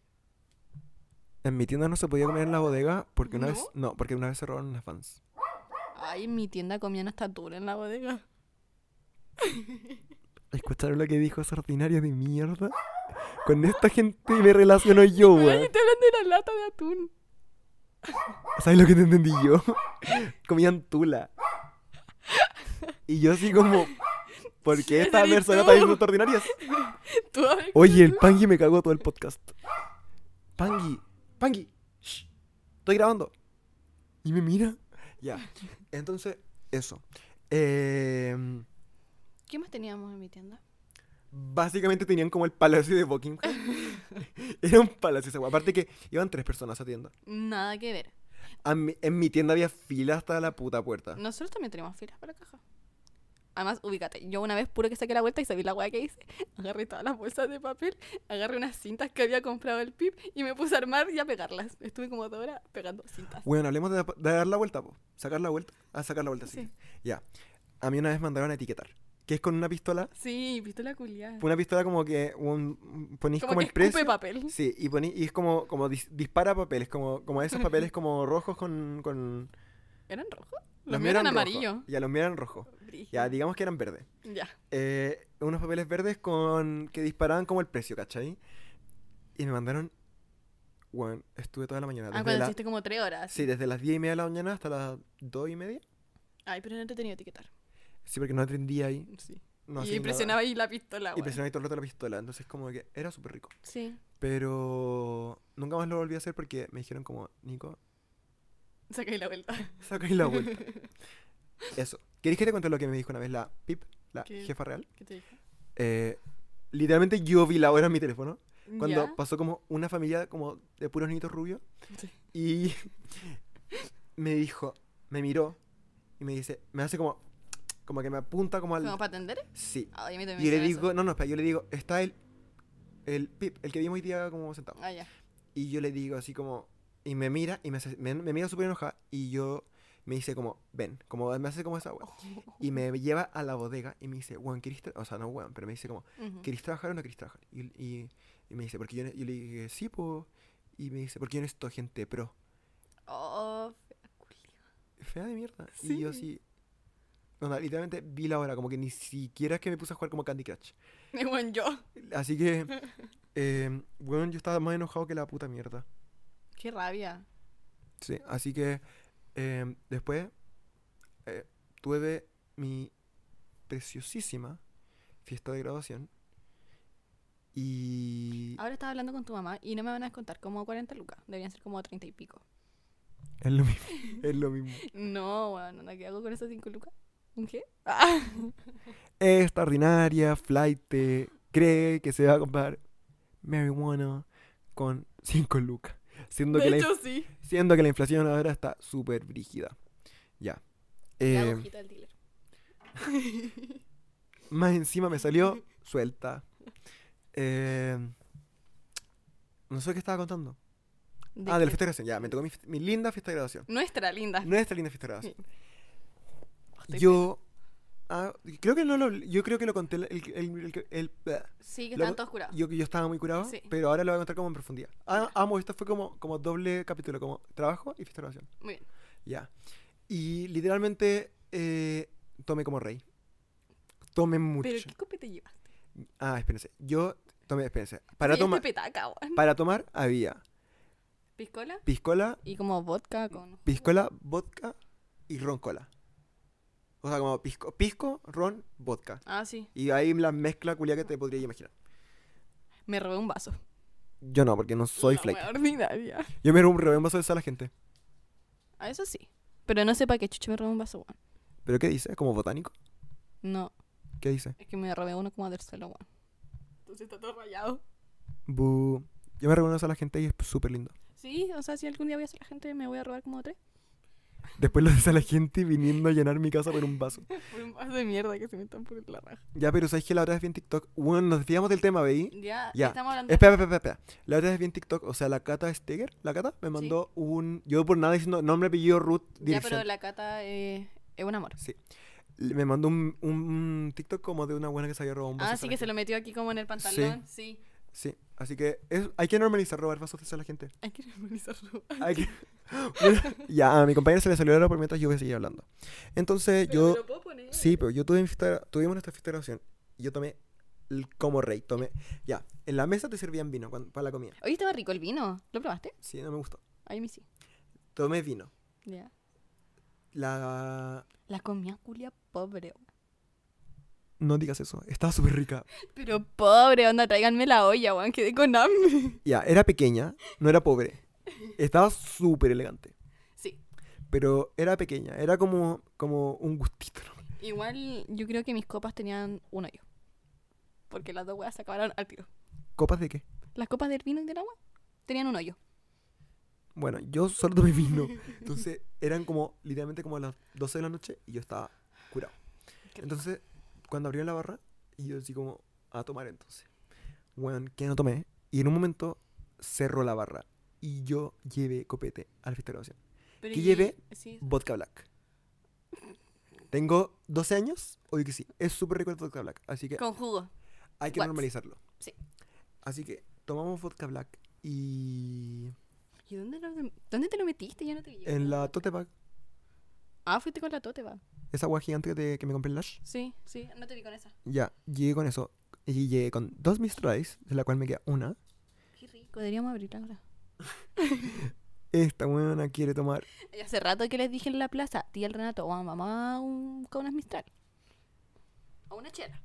En mi tienda no se podía comer en la bodega porque una
¿No?
vez. No, porque una vez se robaron las fans.
Ay, en mi tienda comían hasta atún en la bodega.
¿Escucharon lo que dijo esa ordinaria de mierda? Con esta gente me relaciono yo,
Ay,
weón.
te hablan de la lata de atún.
¿Sabes lo que te entendí yo? Comían tula. Y yo así como. ¿Por qué esta
eres
persona
tú.
está diciendo estas ordinarias?
Tú hablas
Oye, el Pangui me cagó todo el podcast. Pangui, Pangui, shh, estoy grabando. Y me mira. Ya. Entonces, eso. Eh,
¿Qué más teníamos en mi tienda?
básicamente tenían como el palacio de Buckingham. Era un palacio esa wea. Aparte que iban tres personas a tienda.
Nada que ver.
A mi- en mi tienda había fila hasta la puta puerta.
Nosotros también tenemos filas para caja. Además, ubícate. Yo una vez puro que saqué la vuelta y sabí la weá que hice. Agarré todas las bolsas de papel, agarré unas cintas que había comprado el Pip y me puse a armar y a pegarlas. Estuve como dos horas pegando cintas.
Bueno, hablemos de, de dar la vuelta, po. Sacar la vuelta. A sacar la vuelta, sí.
Sí.
Ya. A mí una vez me mandaron a etiquetar. Que es con una pistola.
Sí, pistola culiada.
Una pistola como que un, ponís
Como,
como,
que
el precio.
escupe papel.
Sí, y, poní- y es como, como dis- dispara papeles, como, como esos papeles como rojos con... con
¿Eran rojos?
los
Los
míos
míos eran
rojo,
amarillos.
Ya, los míos eran rojos. Ya, digamos que eran verdes.
Ya. Ah,
Eh, unos papeles verdes con que disparaban como el precio, ¿cachai? Y me mandaron... Bueno, estuve toda la mañana.
Ah,
Desde
cuando
la-
hiciste como tres horas.
sí, desde las 10 y media de la mañana hasta las 2 y media.
Ay, pero no te tenía etiquetar.
Sí, porque no atendía ahí.
Sí.
No hacía
y
nada.
presionaba ahí la pistola,
Y
weón.
presionaba ahí todo el rato la pistola. Entonces como que era súper rico.
Sí.
Pero nunca más lo volví a hacer porque me dijeron como, Nico,
Sacáis la vuelta.
sacáis la vuelta. Eso. ¿Queréis que te cuente lo que me dijo una vez la Pip, la
¿Qué?
jefa real?
¿Qué te dije?
Eh, literalmente yo vi la hora en mi teléfono cuando
Ya.
pasó como una familia como de puros niñitos rubios
Sí.
y me dijo, me miró y me dice, me hace como, como que me apunta como al...
¿Como para atender?
Sí.
Ay, a mí también
Y yo le
me hicieron eso.
digo, no, no, espera, yo le digo, está el, el Pip, el que vimos hoy día como sentado.
Ah, ya.
Y yo le digo así como... Y me mira y me, hace- me, me mira súper enojada y yo me dice como, ven, como me hace como esa agua. Y me lleva a la bodega y me dice, weón, ¿querés trabajar? O sea, no, weón, pero me dice como,
Ujú.
¿querés trabajar o no querés trabajar? Y, y- y me dice, porque yo, ne- yo le dije, sí, po. Y me dice, porque yo necesito gente pro.
Oh, fea culia.
Fea de mierda. Y yo
Sí.
sí... Onda, literalmente vi la hora, como que ni siquiera es que me puse a jugar como Candy Crush.
Bueno, yo.
Así que, eh, weón, yo estaba más enojado que la puta mierda.
Qué rabia.
Sí, así que em, después eh, tuve mi preciosísima fiesta de graduación y
Ahora estaba hablando con tu mamá y no me van a contar como 40 lucas. Deberían ser como 30 y pico.
es lo mismo, es lo mismo.
No, bueno, anda, ¿qué hago con esas 5 lucas? ¿Un qué? Ah.
Extraordinaria, flight, cree que se va a comprar marihuana con 5 lucas, siendo que,
De
la,
hecho,
inf-
sí.
siendo que la inflación ahora está súper brígida. Ya.
La
Em,
agujita del dealer.
Más encima me salió suelta. Eh, no sé qué estaba contando.
¿De
ah, de la
qué?
fiesta de graduación. Ya, me tocó mi, fiest- mi linda fiesta de graduación.
Nuestra linda.
Nuestra linda fiesta de graduación.
Estoy
Yo. ah, creo que no lo. Yo creo que lo conté el. el- el- el- el- bleh.
Sí, que
Lo-
estaban todos curados.
yo, yo estaba muy curado,
Sí.
pero ahora lo voy a contar como en profundidad. Ah, amo, esto fue como, como doble capítulo, como trabajo y fiesta de graduación.
Muy bien.
Ya. Y literalmente eh, tomé como rey. Tomé mucho.
Pero ¿qué copete llevaste?
Ah, espérense. Yo tomé, espérense. Para,
Para
tomar
este petaca, weón.
para tomar había
¿Piscola?
piscola,
Y como vodka con...
piscola, vodka y roncola. O sea, como pisco, pisco, ron, vodka.
Ah, sí.
Y ahí la mezcla culia que te podrías imaginar.
Me robé un vaso.
Yo no, porque no soy
La wea
flake.
ordinaria.
Yo me robé un vaso de sal a la gente.
A eso sí. Pero no sé para qué chucho me robé un vaso, weón.
¿Pero qué dice? ¿Como botánico?
No,
¿Qué dice?
es que me robé uno como del suelo, weón. Entonces está todo rayado.
Bu. Yo me robé un vaso a la gente y es súper lindo.
Sí, o sea, si algún día voy a hacer la gente, me voy a robar como tres.
Después lo des a la gente viniendo a llenar mi casa por un vaso.
Por un vaso de mierda que se metan por la raja.
Ya, pero ¿sabes que la otra vez vi en TikTok? Bueno, nos desviamos del tema, veí.
Ya,
Ya.
estamos hablando. de-
Espera, espera, espera, espera. La otra vez vi en TikTok, o sea, la Cata Steger, la Cata, me mandó un... Yo por nada diciendo nombre, apellido, root,
ya,
dirección.
pero la cata eh, es un amor.
Le- Me mandó un, un TikTok como de una buena que se había robado un vaso.
Ah, sí, que se lo metió aquí como en el pantalón. Sí.
Sí, Así que es- hay que normalizar robar vasos de sal a la gente.
Hay que normalizarlo.
Hay que- ya, a mi compañera se le salió el aro por mientras yo voy a seguir hablando. Entonces
Pero
yo...
me lo puedo poner.
Sí, pero yo tuve mi fiesta- tuvimos nuestra fiesta de graduación y yo tomé el- como rey, tomé... Ya, en la mesa te servían vino cuan- para la comida.
Oye, estaba rico el vino. ¿Lo probaste?
Sí, no me gustó.
A mí sí.
Tomé vino.
Ya.
La...
La comida culia pobre.
No digas eso, estaba súper rica.
Pero pobre, onda, tráiganme la olla, weón, quedé con hambre.
Ya, era pequeña, no era pobre. Estaba súper elegante.
Sí.
Pero era pequeña, era como, como un gustito. ¿no?
Igual yo creo que mis copas tenían un hoyo. Porque las dos weas se acabaron al tiro.
¿Copas de qué?
Las copas del vino y del agua tenían un hoyo.
Bueno, yo solo tomé vino. Entonces eran como, literalmente como las 12 de la noche y yo estaba curado.
Qué rico.
Entonces, cuando abrió la barra, y yo así como, a tomar entonces. Bueno, que no tomé. Y en un momento cerró la barra. Y yo llevé copete a la fiesta de graduación.
Pero
¿Qué
y-
llevé?
Sí.
Vodka Black. Tengo 12 años, oye que sí. Es súper rico el vodka Black. Así que
Con jugo.
hay que
What?
normalizarlo.
Sí.
Así que tomamos vodka Black y...
¿Y dónde, lo- dónde te lo metiste? Yo no te vi.
En la tote bag,
Ah, fuiste con la tote, va.
esa agua gigante que, te- que me compré en Lash.
Sí, sí, no te vi con esa.
Ya, llegué con eso. Y llegué con dos Mistrales, de la cual me queda una.
Qué rico. Deberíamos abrir ahora.
Esta buena quiere tomar.
Y hace rato que les dije en la plaza, tía el Renato, vamos, vamos a un, con unas mistral. A una chela.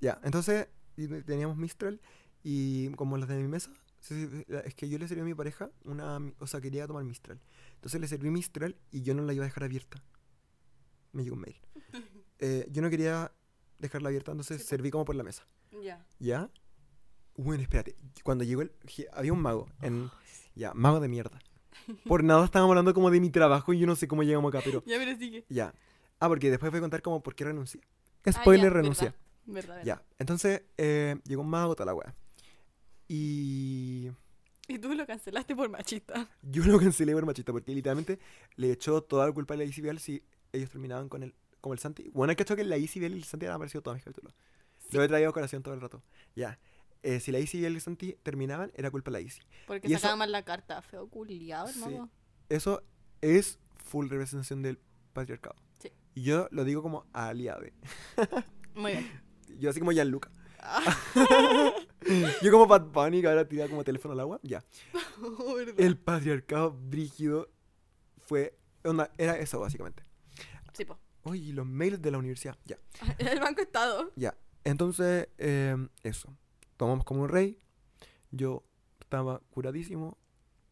Ya, entonces y te- teníamos Mistral y como las de mi mesa, se- se- la- es que yo le serví a mi pareja una, mi- o sea, quería tomar Mistral. Entonces le serví Mistral y yo no la iba a dejar abierta. Me llegó un mail. Eh, yo no quería dejarla abierta, entonces
Sí, pues. po.
serví como por la mesa.
Ya.
¿Ya? Bueno, espérate. Cuando llegó el... je- Había un mago
Oh,
en... Ya, mago de mierda. Por nada estábamos hablando como de mi trabajo y yo no sé cómo llegamos acá, pero...
Ya, pero sigue.
Ya. Ah, porque después voy a contar como por qué renuncié. Spoiler, renuncié.
Ah, Verdad, verdad.
Ya, entonces eh, llegó un mago, toda la wea. Y
Y tú lo cancelaste por machista.
yo lo cancelé por machista porque literalmente le echó toda la culpa a la Isabel si ellos terminaban con el, como el Santi. Bueno, he cachado que la Isabel y el Santi han aparecido en todos mis capítulos. Lo he traído a corazón todo el rato. Ya. Eh, si la Isabel y el Santi terminaban, era culpa de la Isi.
Porque
Y eso-
sacaba mal la carta. Feo culiado,
Sí.
hermano.
Eso es full representación del patriarcado.
Sí.
Y yo lo digo como aliado.
Muy bien.
Yo así como Gianluca.
Ah,
yo como Bad Bunny que ahora tira como teléfono al agua. Ya. El patriarcado brígido fue. onda, era eso, básicamente.
Sí, po.
Oye, y los mails de la universidad. Ya,
Era el Banco Estado.
ya. Entonces, eh, eso. Tomamos como un rey. Yo estaba curadísimo.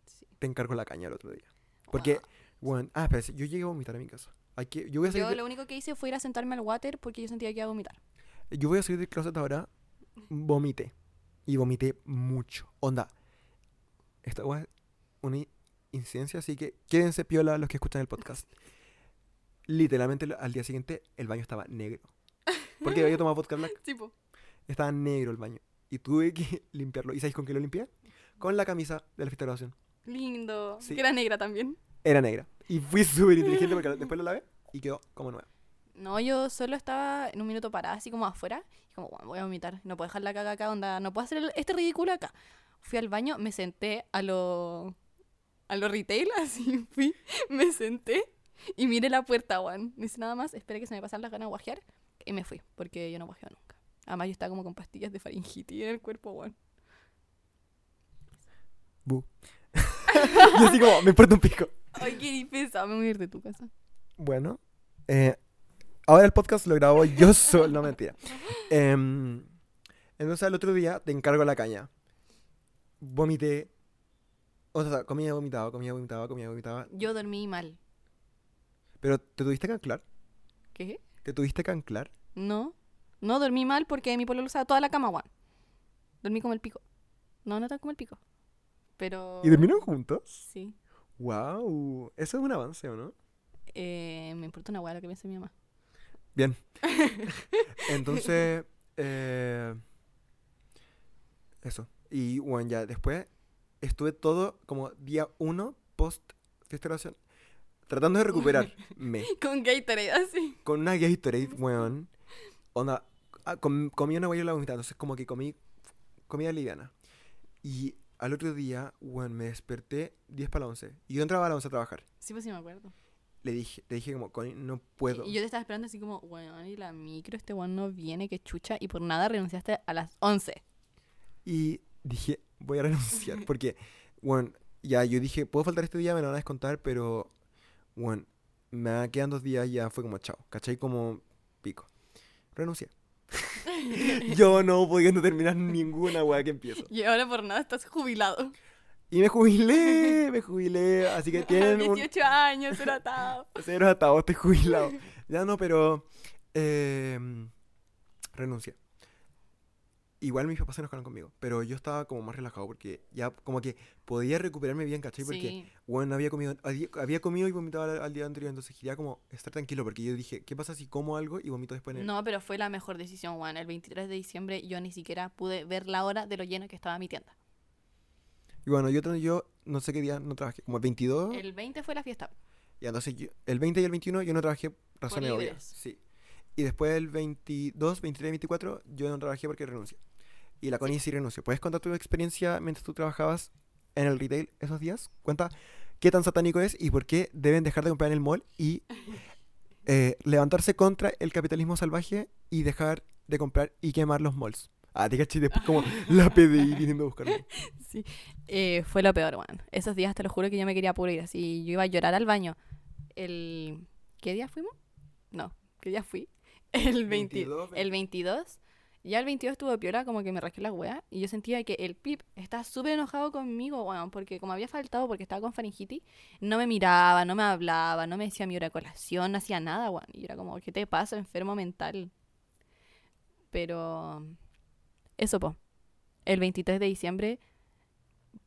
Sí.
Te encargo la caña el otro día. Porque, bueno. Ah, espera, yo llegué a vomitar a mi casa. Aquí, yo, voy a salir
Yo
de-
lo único que hice fue ir a sentarme al water porque yo sentía que iba a vomitar.
yo voy a salir del closet ahora. Vomité. Y vomité mucho. Onda. Esta weá es una i- incidencia, así que quédense piola los que escuchan el podcast. Literalmente lo- al día siguiente el baño estaba negro. Porque había tomado vodka black.
Sí, po.
Estaba negro el baño. Y tuve que limpiarlo. ¿Y sabéis con qué lo limpié? Con la camisa de la fiesta de graduación.
Lindo.
Sí.
Que era negra también.
Era negra. Y fui súper inteligente porque después lo lavé y quedó como nueva.
No, yo solo estaba en un minuto parada, así como afuera. Y como, "Bueno, voy a vomitar. No puedo dejar la caca acá, onda. No puedo hacer el- este ridículo acá. Fui al baño, me senté a lo. a lo retail, así fui. Me senté y miré la puerta, Juan. No hice nada más, esperé que se me pasaran las ganas de guajear. Y me fui, porque yo no guajeo nunca. Además, yo estaba como con pastillas de faringitis en el cuerpo, Juan.
Bu. y así como, me importa un pico.
Ay, qué pesado, me voy a ir de tu casa.
Bueno, eh, ahora el podcast lo grabo yo solo, no mentira. Em, entonces al otro día te encargo la caña. Vomité. O sea, comía vomitaba, comía vomitaba, comía vomitaba.
Yo dormí mal.
Pero te tuviste que anclar.
¿Qué?
Te tuviste que anclar.
No, no dormí mal porque mi pololo usaba toda la cama, Juan. Dormí como el pico. No, no tan como el pico. Pero.
¿Y dormieron juntos?
Sí.
¡Wow! Eso es un avance, ¿o no?
Eh, me importa una hueá lo que piense mi mamá.
Bien. Entonces, eh, eso. Y bueno, ya después estuve todo como día uno post fiesta de graduación, tratando de recuperarme
Con Gatorade, así.
con una ah, Gatorade, weón. Onda, ah, com- comí una guayola vomitada, entonces como que comí comida liviana. Y al otro día, weón, me desperté 10 para la 11. Y yo entraba a la 11 a trabajar.
Sí, pues sí me acuerdo.
Le dije, le dije como, Connie, no puedo.
Y yo te estaba esperando así como, bueno, y la micro, este weón no viene, que chucha, y por nada renunciaste a las 11.
Y dije, voy a renunciar. Porque, bueno, ya yo dije, puedo faltar este día, me lo van a descontar, pero, bueno, me quedan dos días y ya fue como chao. ¿Cachai? Como pico. Renuncié. yo no pudiendo terminar ninguna weá que empiezo.
Y ahora por nada estás jubilado.
Y me jubilé, me jubilé. Así que tienen un
18 años, era atado.
cero atado, estoy jubilado. Ya no, pero eh, renuncié. Igual mis papás se enojaron conmigo, pero yo estaba como más relajado porque ya como que podía recuperarme bien, ¿cachai? Porque
Sí.
bueno, había comido, había, había comido y vomitado al, al día anterior, entonces quería como estar tranquilo, porque yo dije, ¿qué pasa si como algo y vomito después en el...
No, pero fue la mejor decisión, Juan. El 23 de diciembre yo ni siquiera pude ver la hora de lo llena que estaba mi tienda.
Y bueno, yo, tra- yo no sé qué día no trabajé, como el 22,
El 20 fue la fiesta.
y entonces yo- el 20 y el 21 yo no trabajé razones
libres.
obvias, sí. Y después el 22, 23 24 yo no trabajé porque renuncié. Y la Connie sí renunció. ¿Puedes contar tu experiencia mientras tú trabajabas en el retail esos días? Cuenta qué tan satánico es y por qué deben dejar de comprar en el mall y eh, levantarse contra el capitalismo salvaje y dejar de comprar y quemar los malls. Ah, te caché después como la PDI viniendo a buscarme.
Eh, fue lo peor, Juan. Esos días te lo juro que yo me quería apurar. Así yo iba a llorar al baño. El... ¿Qué día fuimos? No, ¿qué día fui? El 20
22,
El 22. Ya el 22 estuvo piola, como que me rasqué la wea. Y yo sentía que el Pip estaba súper enojado conmigo, weón. Porque como había faltado, porque estaba con faringitis, no me miraba, no me hablaba, no me decía mi hora de colación, no hacía nada, weón. Y yo era como, ¿qué te pasa, enfermo mental? Pero. Eso, po. El 23 de diciembre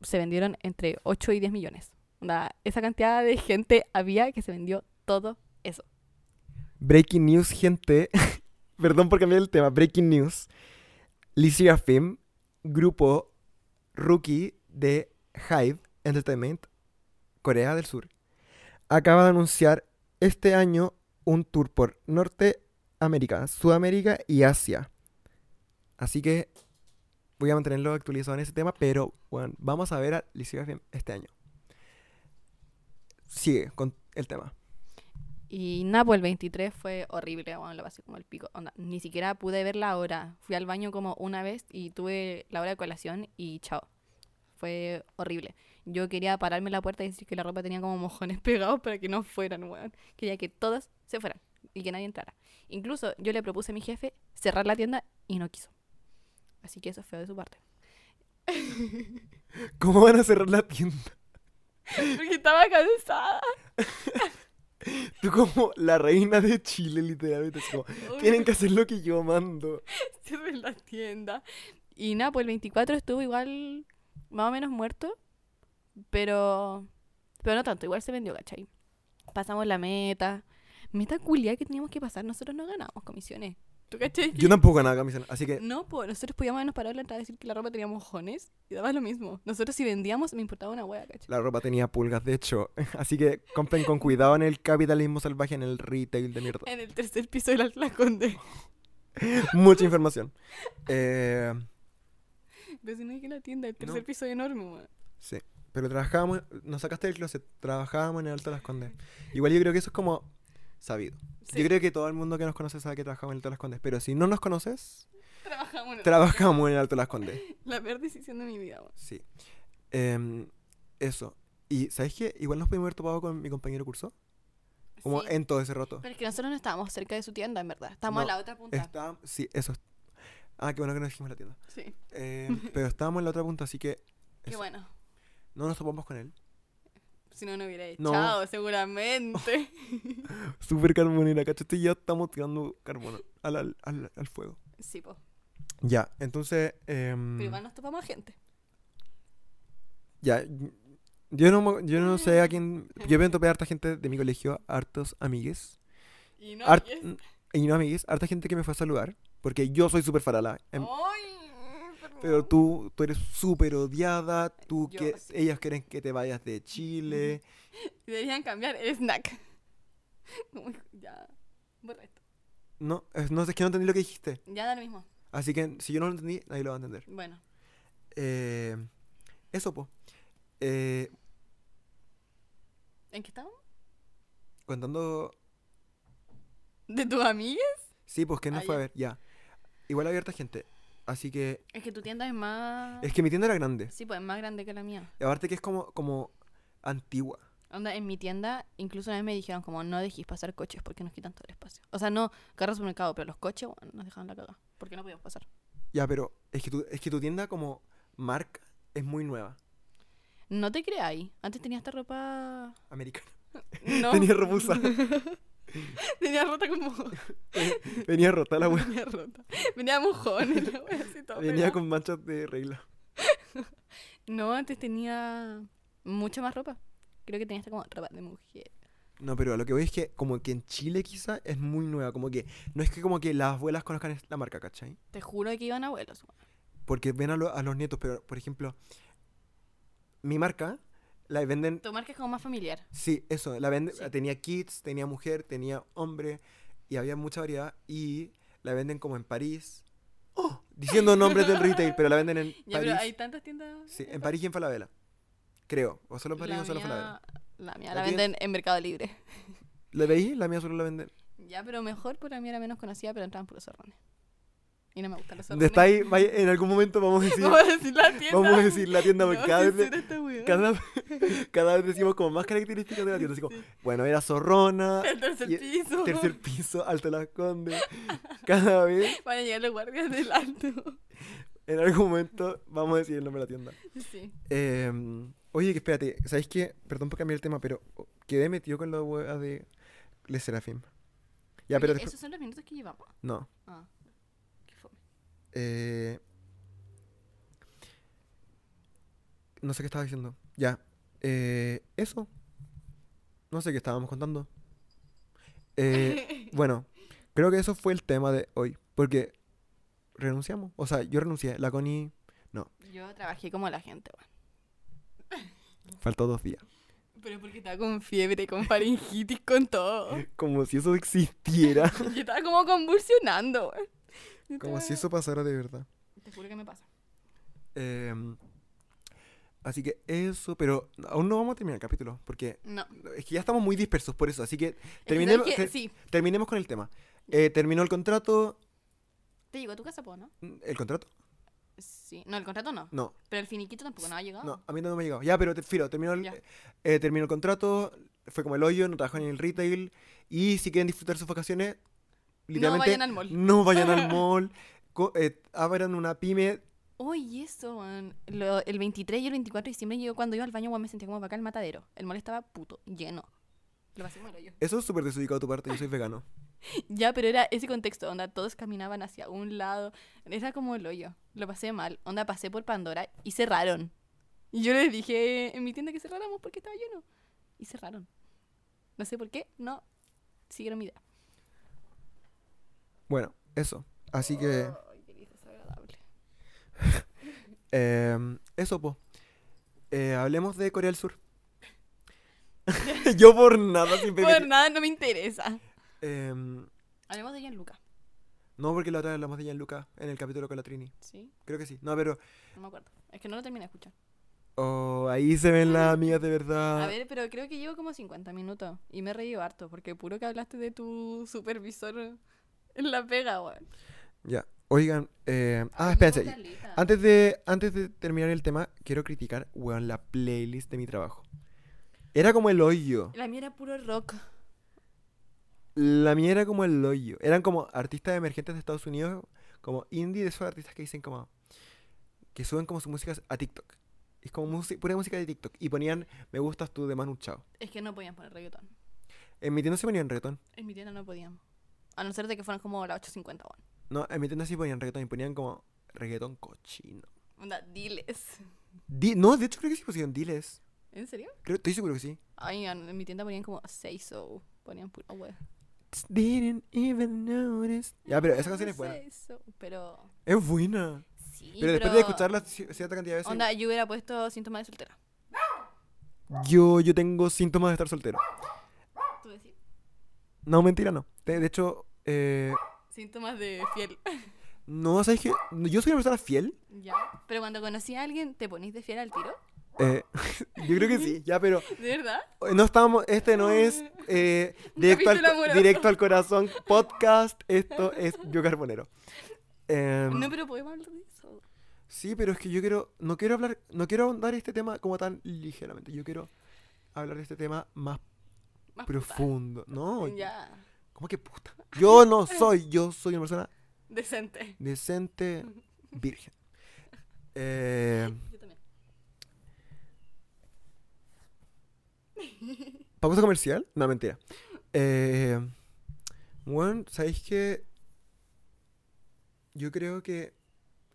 se vendieron entre 8 y 10 millones. Onda, esa cantidad de gente había que se vendió todo eso.
Breaking news, gente. Perdón por cambiar el tema. Breaking news. Lizzie Film, grupo rookie de Hive Entertainment, Corea del Sur, acaba de anunciar este año un tour por Norteamérica, Sudamérica y Asia. Así que voy a mantenerlo actualizado en ese tema, pero bueno, vamos a ver a Lizzie Film este año. Sigue con el tema.
Y nada, pues el 23 fue horrible, bueno, lo pasé como el pico. Onda, ni siquiera pude ver la hora. Fui al baño como una vez y tuve la hora de colación y chao. Fue horrible. Yo quería pararme en la puerta y decir que la ropa tenía como mojones pegados para que no fueran, weón. Quería que todas se fueran y que nadie entrara. Incluso yo le propuse a mi jefe cerrar la tienda y no quiso. Así que eso es feo de su parte.
¿Cómo van a cerrar la tienda?
Porque estaba cansada.
Tú como la reina de Chile, literalmente. así como, tienen que hacer lo que yo mando.
en la tienda. Y nada, pues el 24 estuvo igual, más o menos muerto, pero, pero no tanto, igual se vendió, ¿cachai? Pasamos la meta, meta culia que teníamos que pasar, nosotros no ganábamos comisiones. ¿Tú cachai? que-
Yo tampoco ganaba camisa, así que
No, pues nosotros podíamos habernos parado en la entrada a decir que la ropa tenía mojones y daba lo mismo. Nosotros si vendíamos me importaba una hueá, ¿cachai?
la ropa tenía pulgas, de hecho. Así que compren con cuidado en el capitalismo salvaje, en el retail de mierda.
En el tercer piso de la, la Conde.
Mucha información. Eh,
Vecino de que la tienda, el tercer piso enorme, weón.
sí. Pero trabajábamos, nos sacaste del closet, trabajábamos en el Alto de Las Condes. Igual yo creo que eso es como sabido.
Sí.
Yo creo que todo el mundo que nos conoce sabe que trabajamos en el Alto de Las Condes. Pero si no nos conoces,
Trabajamos en el-
trabajamos en el Alto de Las Condes.
la peor decisión de mi vida, weón.
Sí. Em, eso. Y, ¿sabes qué? Igual nos pudimos haber topado con mi compañero curso. Como
Sí.
en todo ese rato.
Pero es que nosotros no estábamos cerca de su tienda, en verdad. Estábamos
No,
a la otra punta.
Está- sí, eso. es- Ah, qué bueno que no dijimos la tienda.
Sí,
Em, pero estábamos en la otra punta, así que
qué
Eso.
bueno.
no nos topamos con él.
Si no, no hubiera
No.
echado, seguramente.
Súper carbonera, ¿cachai? Este Ya estamos tirando carbón al, al, al- al fuego.
sí, po.
Ya, entonces... em,
Pero igual nos topamos a gente.
Ya, y- yo no, mo- yo no sé a quién... Yo me topé a harta gente de mi colegio, hartos amigues.
Y no,
Hart-
y es-
y no, amigues, harta gente que me fue a saludar, porque yo soy súper farala. em,
Oh. Ay,
Pero tú, tú eres súper odiada, tú
Yo
que
sí.
ellas quieren que te vayas de Chile.
Deberían cambiar el snack. Como que ya. Borra esto.
No, es, no es que no entendí lo que dijiste.
Ya da lo mismo.
Así que si yo no lo entendí, nadie lo va a entender.
Bueno.
Eh, eso, po. Eh,
¿En qué estamos?
contando.
¿De tus amigas?
Sí, pues que no
Ah,
fue a
ya.
ver, ya. Igual había harta gente. Así que.
Es que tu tienda es más.
Es que mi tienda era grande.
Sí, pues es más grande que la mía.
Y aparte que es como, como antigua.
Onda, en mi tienda, incluso una vez me dijeron como no dejéis pasar coches porque nos quitan todo el espacio. O sea, no carros supermercado, pero los coches bueno, nos dejaban la caga. Porque no podíamos pasar.
Ya, pero es que tu, es que tu tienda como marca es muy nueva.
No te creáis. Antes tenía esta ropa.
Americana.
No.
Tenía robusa.
Tenía rota como.
Venía rota la wea.
Venía rota. Venía mojón. la wea, así todo
Venía
pegado.
con manchas de regla.
No, antes tenía mucha más ropa. Creo que tenía esta como ropa de mujer.
No, pero a lo que voy es que como que en Chile quizá es muy nueva. Como que no es que como que las abuelas conozcan es- la marca, ¿cachai?
Te juro que iban abuelos. weón.
Porque ven a, lo- a los nietos, pero por ejemplo, mi marca la venden
Tu marca es como más familiar.
Sí, eso, la venden,
Sí.
tenía kids, tenía mujer, tenía hombre y había mucha variedad y la venden como en París. ¡Oh! Diciendo nombres del retail, pero la venden en
Ya,
París.
pero hay tantas tiendas.
Sí, en París y en Falabella. Creo, o solo en París
La
o solo en Falabella.
mía, la mía
La
la
tien-
venden en Mercado Libre.
¿La veis? La mía solo la venden.
Ya, pero mejor porque la mía era menos conocida, pero entraban puros zorrones. Y no me gustan los
¿Dónde
zorrones.
está ahí? vaya- en algún momento vamos a decir,
Vamos a decir la tienda.
vamos a decir la tienda
No,
porque cada, vez,
censura esta weá.
cada, cada vez decimos como más características de la tienda. Así como, bueno, era zorrona,
El tercer
y-
piso.
tercer piso, alto las condes. Cada vez
Van a llegar los guardias del alto.
En algún momento vamos a decir el nombre de la tienda.
Sí.
Eh, oye, que espérate, ¿sabéis qué? Perdón por cambiar el tema, pero oh, quedé metido con la hueá de Le Serafim. Ya, pero
Oye,
después-
¿Esos son los minutos que llevamos?
No.
Ah, qué fome.
eh, No sé qué estaba diciendo. Ya. eh, Eso. No sé qué estábamos contando. Eh, bueno, creo que eso fue el tema de hoy. Porque renunciamos. O sea, yo renuncié. La Connie
Yo trabajé como la gente, weón.
faltó dos días.
Pero porque estaba con fiebre, con faringitis, con todo.
Como si eso existiera.
Yo estaba como convulsionando, weón. Yo
Como si
estaba-
eso pasara de verdad.
Te juro que me pasa.
Em, así que eso, pero aún no vamos a terminar el capítulo, porque
No.
es que ya estamos muy dispersos por eso, así que
Es que,
terminemos,
¿sabes qué?
te-
Sí,
terminemos con el tema. Eh, terminó el contrato.
te llegó a tu casa, po, ¿no?
¿El contrato?
Sí. No, el contrato no.
No,
Pero el finiquito tampoco no ha llegado.
no, a mí no me ha llegado. Ya, pero te, filo, terminó el,
¿Ah? Ya.
eh, terminó el contrato, fue como el hoyo, no trabajó en el retail. Y si quieren disfrutar sus vacaciones,
no
literalmente
vayan al mall.
no vayan al mall. co- eh, abran una pyme
Oye, eso, weón. Lo- el 23 y el 24 de diciembre yo cuando iba al baño, weón, me sentía como para acá el matadero. El mall estaba puto, lleno. Lo pasé como el hoyo.
Eso es súper desubicado de tu parte, yo soy vegano.
Ya, pero era ese contexto, onda, todos caminaban hacia un lado. Era como el hoyo. Lo pasé mal. Onda, pasé por Pandora y cerraron. Y yo les dije en mi tienda que cerráramos porque estaba lleno. Y cerraron. No sé por qué, no siguieron mi idea.
Bueno, eso. Así que,
Ay, qué desagradable.
em, eso, po. Eh, hablemos de Corea del Sur. yo por nada, siempre me-
Por nada, no me interesa.
Em,
Hablemos de Gianluca.
No, porque la otra vez hablamos de Gianluca en el capítulo con la Trini.
Sí,
Creo que sí. No, pero.
no me acuerdo. Es que no lo terminé de escuchar.
Oh, ahí se ven las amigas de verdad.
A ver, pero creo que llevo como 50 minutos y me he reído harto porque puro que hablaste de tu supervisor en la pega, weón.
Ya. Oigan. em, Ah, espérense. Antes de, antes de terminar el tema, quiero criticar, weón, la playlist de mi trabajo. Era como el hoyo.
La mía era puro rock.
La mía era como el hoyo. Eran como artistas emergentes de Estados Unidos, como indie, de esos artistas que dicen como. que suben como sus músicas a TikTok. Es como musi- pura música de TikTok. Y ponían me gustas tú de Manu Chao.
Es que no podían poner reggaetón.
En mi tienda se ponían reggaetón.
En mi tienda no podían. A no ser de que fueran como las 8.50, weón.
No, en mi tienda sí ponían reggaetón y ponían como reggaetón cochino.
Onda, diles.
Di- no, de hecho creo que sí pusieron diles.
¿En serio?
Creo, estoy seguro que sí.
Ay, en en mi tienda ponían como 6 o ponían puro weón.
Didn't even notice. Ya, pero esa canción es buena.
Say-so, Pero.
Es buena.
Sí,
Pero después de escucharla ci- cierta cantidad de veces.
Onda, yo hubiera puesto síntomas de soltera.
Yo, yo tengo síntomas de estar soltero.
¿Tú decís?
No, mentira, no. De, de hecho, eh,
Síntomas de fiel.
No, ¿sabes qué? No, Yo soy una persona fiel.
Ya. Pero cuando conocí a alguien, ¿te ponís de fiel al tiro?
eh, yo creo que sí, ya, pero
¿De verdad?
eh, no estamos, este no es eh, directo, al,
capítulo
co-
amoroso.
directo al corazón podcast, esto es Yo Carbonero. Em,
No, pero podemos hablar de eso.
Sí, pero es que yo quiero, no quiero hablar, no quiero ahondar este tema como tan ligeramente, yo quiero hablar de este tema más
Más
profundo, ¿no?
Ya.
¿Cómo que puta? Yo no soy, yo soy una persona
Decente.
decente, virgen. Eh,
Yo también.
¿Pausa comercial? No, mentira. Eh, bueno, ¿sabéis qué? Yo creo que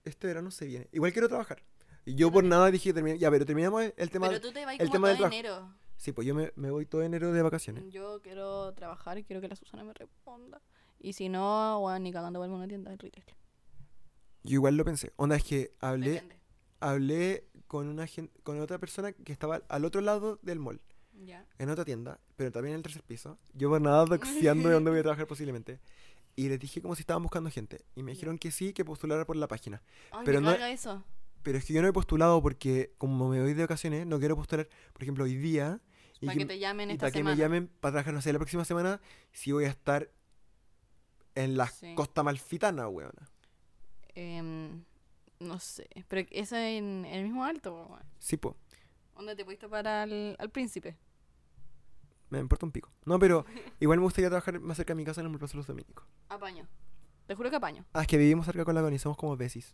este verano se viene. Igual quiero trabajar. Y yo por nada dije, termina- ya, pero terminamos el- el tema.
Pero tú te vas
el
como
tema del
todo
trabajo.
enero.
Sí, pues yo me, me voy todo enero de vacaciones.
Yo quiero trabajar y quiero que la Susana me responda. Y si no, bueno, ni cagando vuelvo a una tienda de retail.
Yo igual lo pensé. Onda, es que hablé,
Depende.
hablé con, una gen- con otra persona que estaba al otro lado del mall,
Ya.
en otra tienda, pero también en el tercer piso. Yo por nada doxeando de dónde voy a trabajar posiblemente. Y les dije como si estaban buscando gente. Y me
Ya.
dijeron que sí, que postulara por la página.
Ay,
Pero
me
no-
carga eso.
Pero es que yo no he postulado porque como me voy de vacaciones, no quiero postular, por ejemplo, hoy día. Y
Para que te llamen
y
esta
para que
semana.
me llamen para trabajar, no sé, la próxima semana, si voy a estar en la
Sí.
costa malfitana, weona.
Em, no sé. Pero eso en, en el mismo alto, po, weón.
Sí, po,
Onda te puedes tapar al, al príncipe.
me importa un pico. No, pero igual me gustaría trabajar más cerca de mi casa en el Plaza de los Dominicos.
Apaño. Te juro que apaño.
Ah, es que vivimos cerca con la Connie, somos como besis.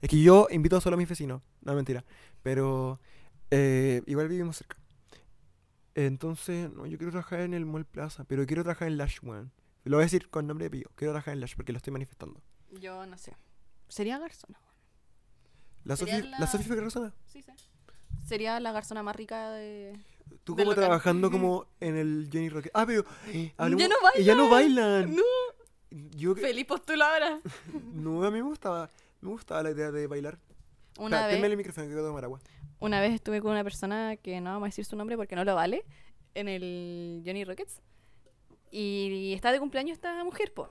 Es que yo invito solo a mis vecinos, no mentira. Pero eh, igual vivimos cerca. Entonces, no, yo quiero trabajar en el Mall Plaza, pero quiero trabajar en Lash One. Lo voy a decir con nombre de pillo. Quiero trabajar en Lash porque lo estoy manifestando.
Yo no sé. Sería garzona.
¿La
Sería
Sofi la
la-
Sofi Ferguson?
Sí, sé. Sería la garzona más rica de.
Tú
Del
como
local.
trabajando como en el Johnny Rocket. Ah, pero... eh, hablemos-
¡Ya no
eh, ¡Ya no bailan!
No,
Yo que-
feliz postuladora.
no, a mí me gustaba, me gustaba la idea de bailar.
Una
Espera,
vez.
denme el micrófono que quiero tomar agua.
Una vez estuve con una persona que no vamos a decir su nombre porque no lo vale, en el Johnny Rockets. Y está de cumpleaños esta mujer, po.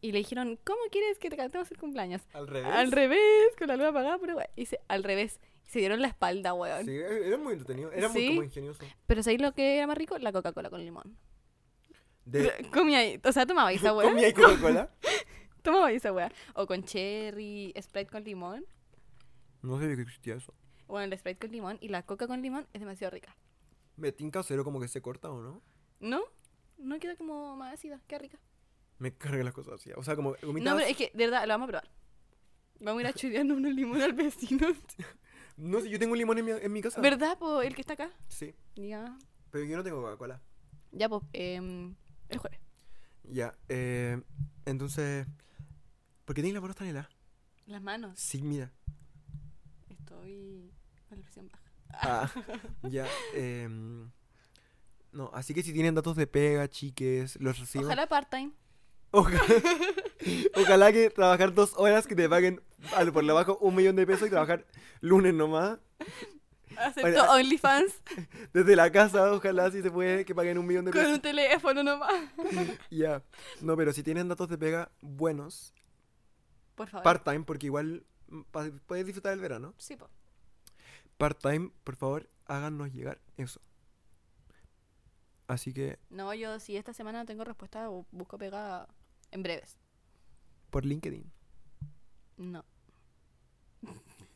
Y le dijeron, ¿cómo quieres que te cantemos el cumpleaños?
Al revés.
Al revés, con la luz apagada, pero weón. Y se- al revés. Y se dieron la espalda, weón.
Sí, era muy entretenido, era muy
Sí.
como ingenioso.
Pero ¿sabéis lo que era más rico? La Coca-Cola con limón.
De,
Comía ahí, o sea, tomaba esa weón.
comía y Coca-Cola.
Tomaba esa weá. O con cherry, Sprite con limón.
No sabía que existía eso.
Bueno, el Sprite con limón y la Coca con limón es demasiado rica.
Me tinca cero como que se corta o no.
¿No? No queda como más ácida, qué rica.
Me carga las cosas así. O sea, como
No,
gomitas. No,
pero es que, de verdad, lo vamos a probar. Vamos a ir a chulearnos unos limón al vecino.
sé, yo tengo un limón en mi, en mi casa.
¿Verdad, po? El que está acá.
Sí,
Ya.
pero yo no tengo Coca-Cola.
Ya, pues, el jueves.
Ya, eh, entonces. ¿Por qué tienes la mano tan helada?
Las manos.
Sí, mira.
Estoy con la presión baja.
Ah, ya, eh, No, así que si tienen datos de pega, chiques, los recibimos.
Ojalá part-time.
Oja- Ojalá que trabajar dos horas que te paguen al- por lo bajo un millón de pesos y trabajar lunes nomás.
Acepto
Oye,
OnlyFans
Desde la casa, ojalá si se puede, que paguen un millón de
con
pesos.
un teléfono nomás.
Ya. No, pero si tienen datos de pega buenos,
Por favor.
part-time, porque igual mm, pa- puedes disfrutar el verano.
sí, po.
Part-time, por favor, háganos llegar eso. Así que
No, yo si esta semana no tengo respuesta, bu- busco pega en breves.
por LinkedIn.
No.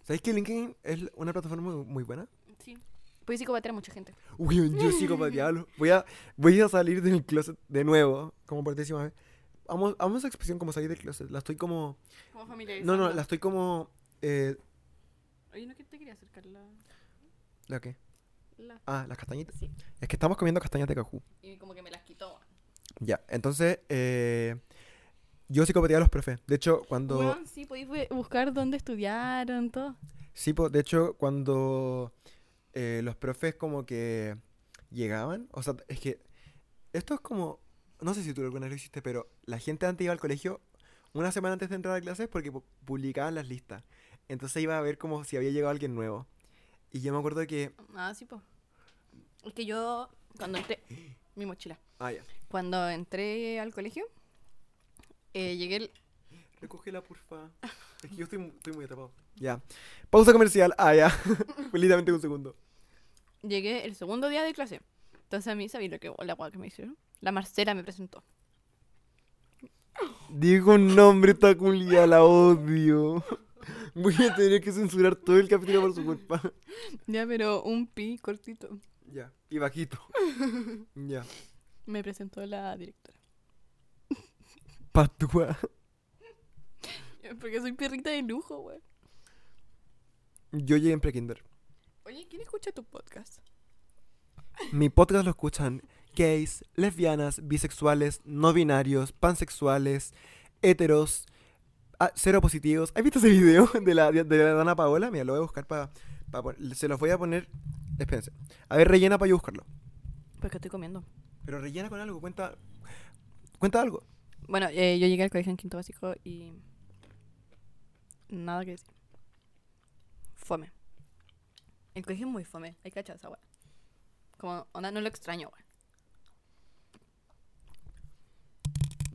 ¿Sabéis que LinkedIn es una plataforma muy- muy buena?
Sí. Pues psicopatear a mucha gente.
Weón, yo psicopateado. Voy a, voy a salir del closet de nuevo, como por décima vez. Amo, amo esa expresión como salir del closet. La estoy como.
Como familiares.
No, no, la estoy como. Eh,
Oye, no que te quería acercar la...
¿La qué?
la...
Ah, las castañitas.
Sí.
Es que estamos comiendo castañas de cajú.
Y como que me las quitó.
Ya, entonces. Eh, yo psicopateaba a los profes. De hecho, cuando.
Weón, sí, podéis bu- buscar dónde estudiaron, todo.
Sí, po, de hecho, cuando eh, los profes como que llegaban, o sea, es que esto es como, no sé si tú alguna vez lo hiciste, pero la gente antes iba al colegio una semana antes de entrar a clases porque pu- publicaban las listas. Entonces iba a ver como si había llegado alguien nuevo. Y yo me acuerdo que...
Ah, sí, pues. Es que yo, cuando entré, mi mochila,
Ah, ya.
cuando entré al colegio, eh, llegué el-
Recoge la porfa. Es que yo estoy, mu- estoy muy atrapado. Ya. Pausa comercial. Ah, ya. Felizmente un segundo.
Llegué el segundo día de clase. Entonces a mí, ¿sabía lo que, la guada que me hicieron? La Marcela me presentó.
Digo un nombre, esta culia, la odio. Voy a tener que censurar todo el capítulo por su culpa.
Ya, pero un pi cortito.
Ya. Y bajito. Ya.
Me presentó la directora.
Patúa.
Porque soy perrita de lujo, güey.
Yo llegué en prekinder.
Oye, ¿quién escucha tu podcast?
Mi podcast lo escuchan gays, lesbianas, bisexuales, no binarios, pansexuales, heteros, ah, cero positivos. ¿Has visto ese video de la, de la Dana Paola? Mira, lo voy a buscar para... se los voy a poner... Espérense. A ver, rellena para yo buscarlo.
Porque Pues, estoy comiendo.
Pero rellena con algo, cuenta... Cuenta algo.
Bueno, eh, yo llegué al colegio en quinto básico y. Nada que decir. Fome. El colegio es muy fome. Hay cachas esa weá. Como, onda, no lo extraño, weón.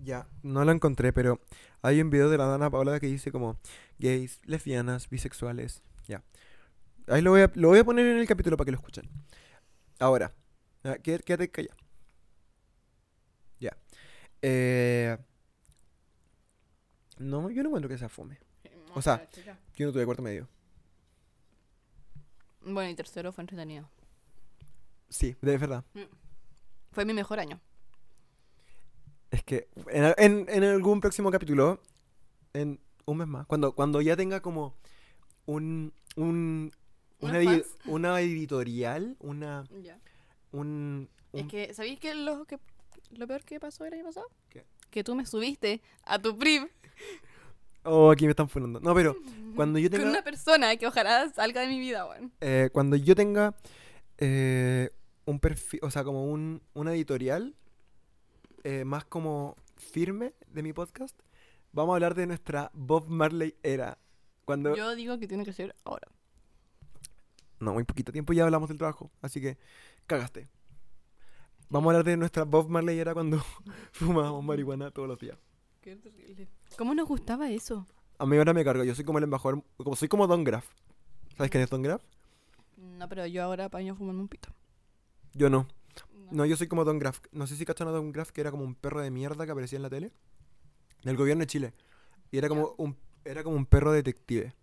Ya, no lo encontré, pero hay un video de la Dana Paola que dice como gays, lesbianas, bisexuales. Ya. Ahí lo voy a, lo voy a poner en el capítulo para que lo escuchen. Ahora, ah, quédate, quédate callado. Ya. Eh, no, yo no encuentro que sea fome. O sea- Yo no tuve cuarto medio.
Bueno, y tercero fue entretenido.
Sí, de verdad.
Fue mi mejor año.
Es que en, en- en algún próximo capítulo, en un mes más, cuando, cuando ya tenga como un, un-
¿Unos
una, edi-
fans?
una editorial, una,
Ya.
un,
Es
un-
que, ¿sabéis que lo, que lo peor que pasó el año pasado?
¿Qué?
Que tú me subiste a tu priv
Oh, aquí me están funando. No, pero cuando yo
con
tenga...
una persona que ojalá salga de mi vida, weón.
eh, cuando yo tenga eh, un perfil, o sea, como un, una editorial eh, más como firme de mi podcast, vamos a hablar de nuestra Bob Marley era. Cuando...
Yo digo que tiene que ser ahora.
No, muy poquito tiempo ya hablamos del trabajo, así que cagaste. Vamos a hablar de nuestra Bob Marley era cuando fumábamos marihuana todos los días.
Qué terrible. ¿Cómo nos gustaba eso?
A mí ahora me cargo, yo soy como el embajador, como soy como Don Graff. ¿Sabes quién es Don Graff?
No, pero yo ahora apaño fumando un pito.
Yo no. No, yo soy como Don Graff. No sé si cachan a Don Graff, que era como un perro de mierda que aparecía en la tele. Del gobierno de Chile. Y era como un, era como un perro detective.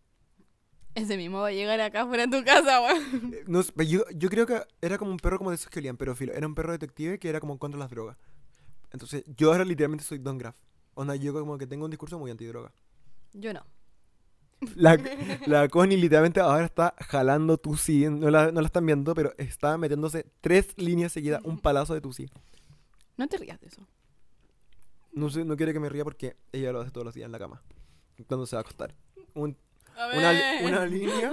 Ese mismo va a llegar acá fuera de tu casa, weón.
Eh, No, sé, pero yo, yo creo que era como un perro como de esos que olían, pero filo, era un perro detective que era como contra las drogas. Entonces, yo ahora literalmente soy Don Graff. Onda, yo como que tengo un discurso muy antidroga.
Yo no.
La, la Connie literalmente ahora está jalando Tusi. No la, no la están viendo, pero está metiéndose tres líneas seguidas, un palazo de Tusi.
No te rías de eso.
No, sé, no quiere que me ría porque ella lo hace todos los días en la cama. Cuando se va a acostar. Un-
A
una, li- una línea.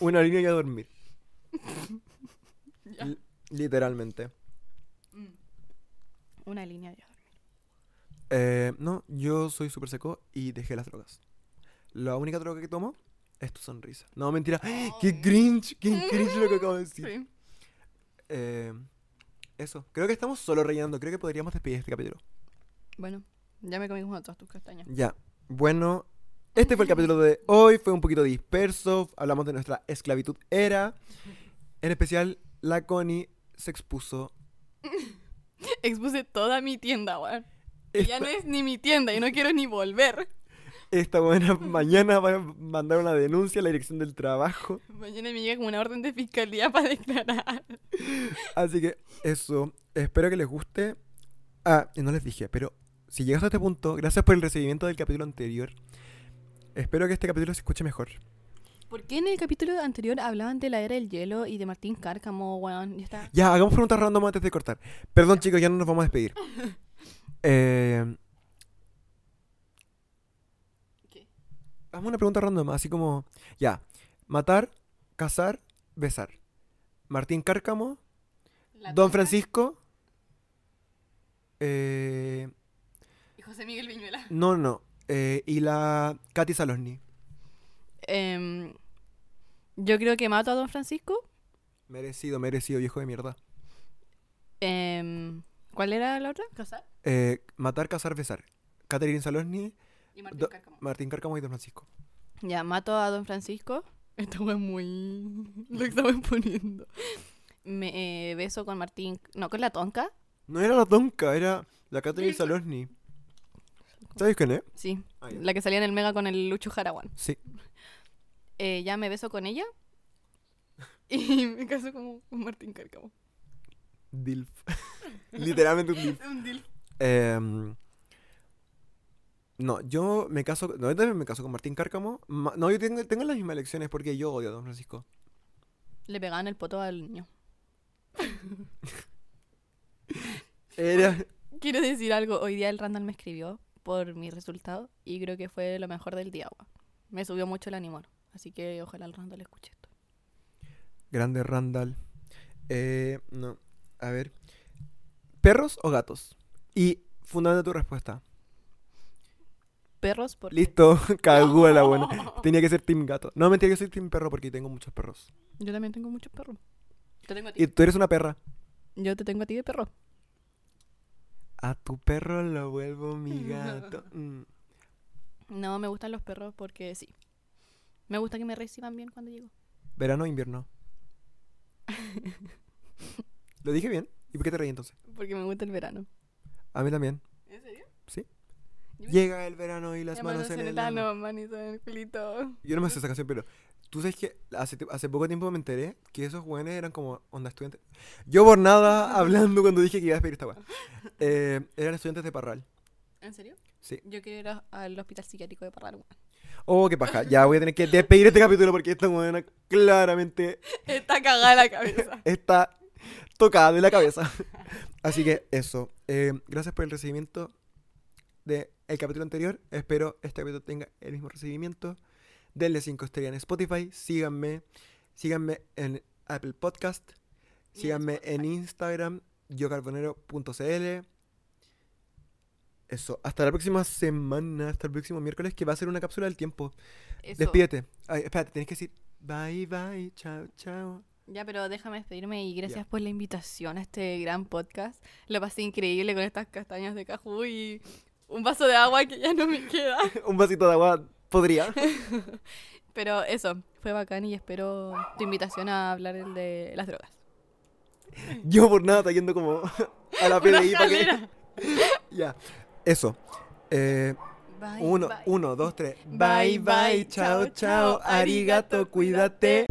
Una línea y a dormir.
Ya.
Li- Literalmente.
Mm. Una línea de dormir.
Eh, no, yo soy súper seco y dejé las drogas. La única droga que tomo es tu sonrisa. No, mentira. ¡Ah! ¡Qué cringe! ¡Qué cringe lo que acabo de decir!
Sí.
Eh, eso. Creo que estamos solo rellenando. Creo que podríamos despedir este capítulo.
Bueno, ya me comí una de todas tus castañas.
Ya. Bueno, este fue el capítulo de hoy. Fue un poquito disperso. Hablamos de nuestra esclavitud era. En especial, la Connie se expuso.
Expuse toda mi tienda, weón. Que Ya
Esta-
no es ni mi tienda y no quiero ni volver.
Esta buena mañana va a mandar una denuncia a la dirección del trabajo.
Mañana me llega como una orden de fiscalía para declarar.
Así que eso, espero que les guste. Ah, y no les dije, pero si llegas a este punto, gracias por el recibimiento del capítulo anterior. Espero que este capítulo se escuche mejor.
¿Por qué en el capítulo anterior hablaban de la era del hielo y de Martín Cárcamo, weón? Ya está.
Ya, hagamos preguntas random antes de cortar. Perdón, chicos, ya no nos vamos a despedir. Eh,
¿Qué?
hagamos una pregunta random, así como, ya, matar, cazar, besar. Martín Cárcamo, Don Francisco. Eh,
Y José Miguel Viñuela.
no, no. eh, y la Katy Salosny.
Em, yo creo que mato a Don Francisco.
Merecido, merecido, viejo de mierda.
Em, ¿Cuál era la otra? ¿Casar?
Eh, matar, cazar, besar. Catherine Salosny,
Y Martín
Do-
Cárcamo.
Martín Cárcamo y Don Francisco.
Ya, mato a Don Francisco. Esto fue muy... Lo estaban poniendo. Me eh, beso con Martín... No, con la tonca.
No era la Tonka, era la Catherine
Mirta.
Salosny. ¿Sabes quién es?
Sí,
Ah, ya.
la que salía en el Mega con el Lucho Jaraguán.
Sí.
Eh, ya me beso con ella. Y me caso como con Martín Cárcamo.
Dilf. Literalmente un Dilf.
Un deal.
Em, no, yo me caso. No, yo también me caso con Martín Cárcamo. Ma- no, yo tengo, tengo las mismas elecciones porque yo odio a Don Francisco.
Le pegaban el poto al niño.
Era.
Quiero decir algo. Hoy día el Randall me escribió por mi resultado y creo que fue lo mejor del día. weón. Me subió mucho el ánimo. Así que ojalá el Randall escuche esto.
Grande Randall. Eh, no. A ver. ¿Perros o gatos? Y fundando tu respuesta.
Perros por...
Listo, cagúa la buena. Tenía que ser Team Gato. No, mentira, yo soy Team Perro porque tengo muchos perros.
Yo también tengo muchos perros. Te tengo a ti.
Y tú eres una perra.
Yo te tengo a ti de perro.
A tu perro lo vuelvo mi gato. Mm.
No, me gustan los perros porque sí. Me gusta que me reciban bien cuando llego.
¿Verano o invierno? ¿Lo dije bien? ¿Y por qué te reí entonces?
Porque me gusta el verano.
A mí también.
¿En serio?
Llega el verano y las manos en el ano.
manito en el culito.
Yo no me sé esa canción, pero tú sabes que hace, ti- hace poco tiempo me enteré que esos jóvenes eran como onda estudiantes. Yo por nada hablando cuando dije que iba a despedir esta weá. Eh, eran estudiantes de Parral.
¿En serio?
Sí.
Yo quiero ir a- al hospital psiquiátrico de Parral. weón.
Oh, qué paja. Ya voy a tener que despedir este capítulo porque esta buena claramente
Está cagada la cabeza.
está tocada de la cabeza. Así que eso. Eh, gracias por el recibimiento del capítulo anterior. Espero este capítulo tenga el mismo recibimiento. Denle 5 estrellas en Spotify. Síganme. Síganme en Apple Podcast.
Y en
Síganme en
Spotify.
Instagram, yocarbonero.cl. Eso. Hasta la próxima semana. Hasta el próximo miércoles que va a ser una cápsula del tiempo.
Eso.
Despídete. Ay, espérate, tienes que decir bye bye. Chao, chao.
Ya, pero déjame despedirme y gracias por la invitación a este gran podcast. Lo pasé increíble con estas castañas de cajú y un vaso de agua que ya no me queda.
Un vasito de agua podría.
Pero eso, fue bacán y espero tu invitación a hablar el de las drogas.
Yo por nada yendo como a la PDI para que-
escalera.
Ya. Eso. Eh,
Bye,
uno,
bye.
uno, dos, tres.
Bye, bye, chao, chao, arigato, cuídate.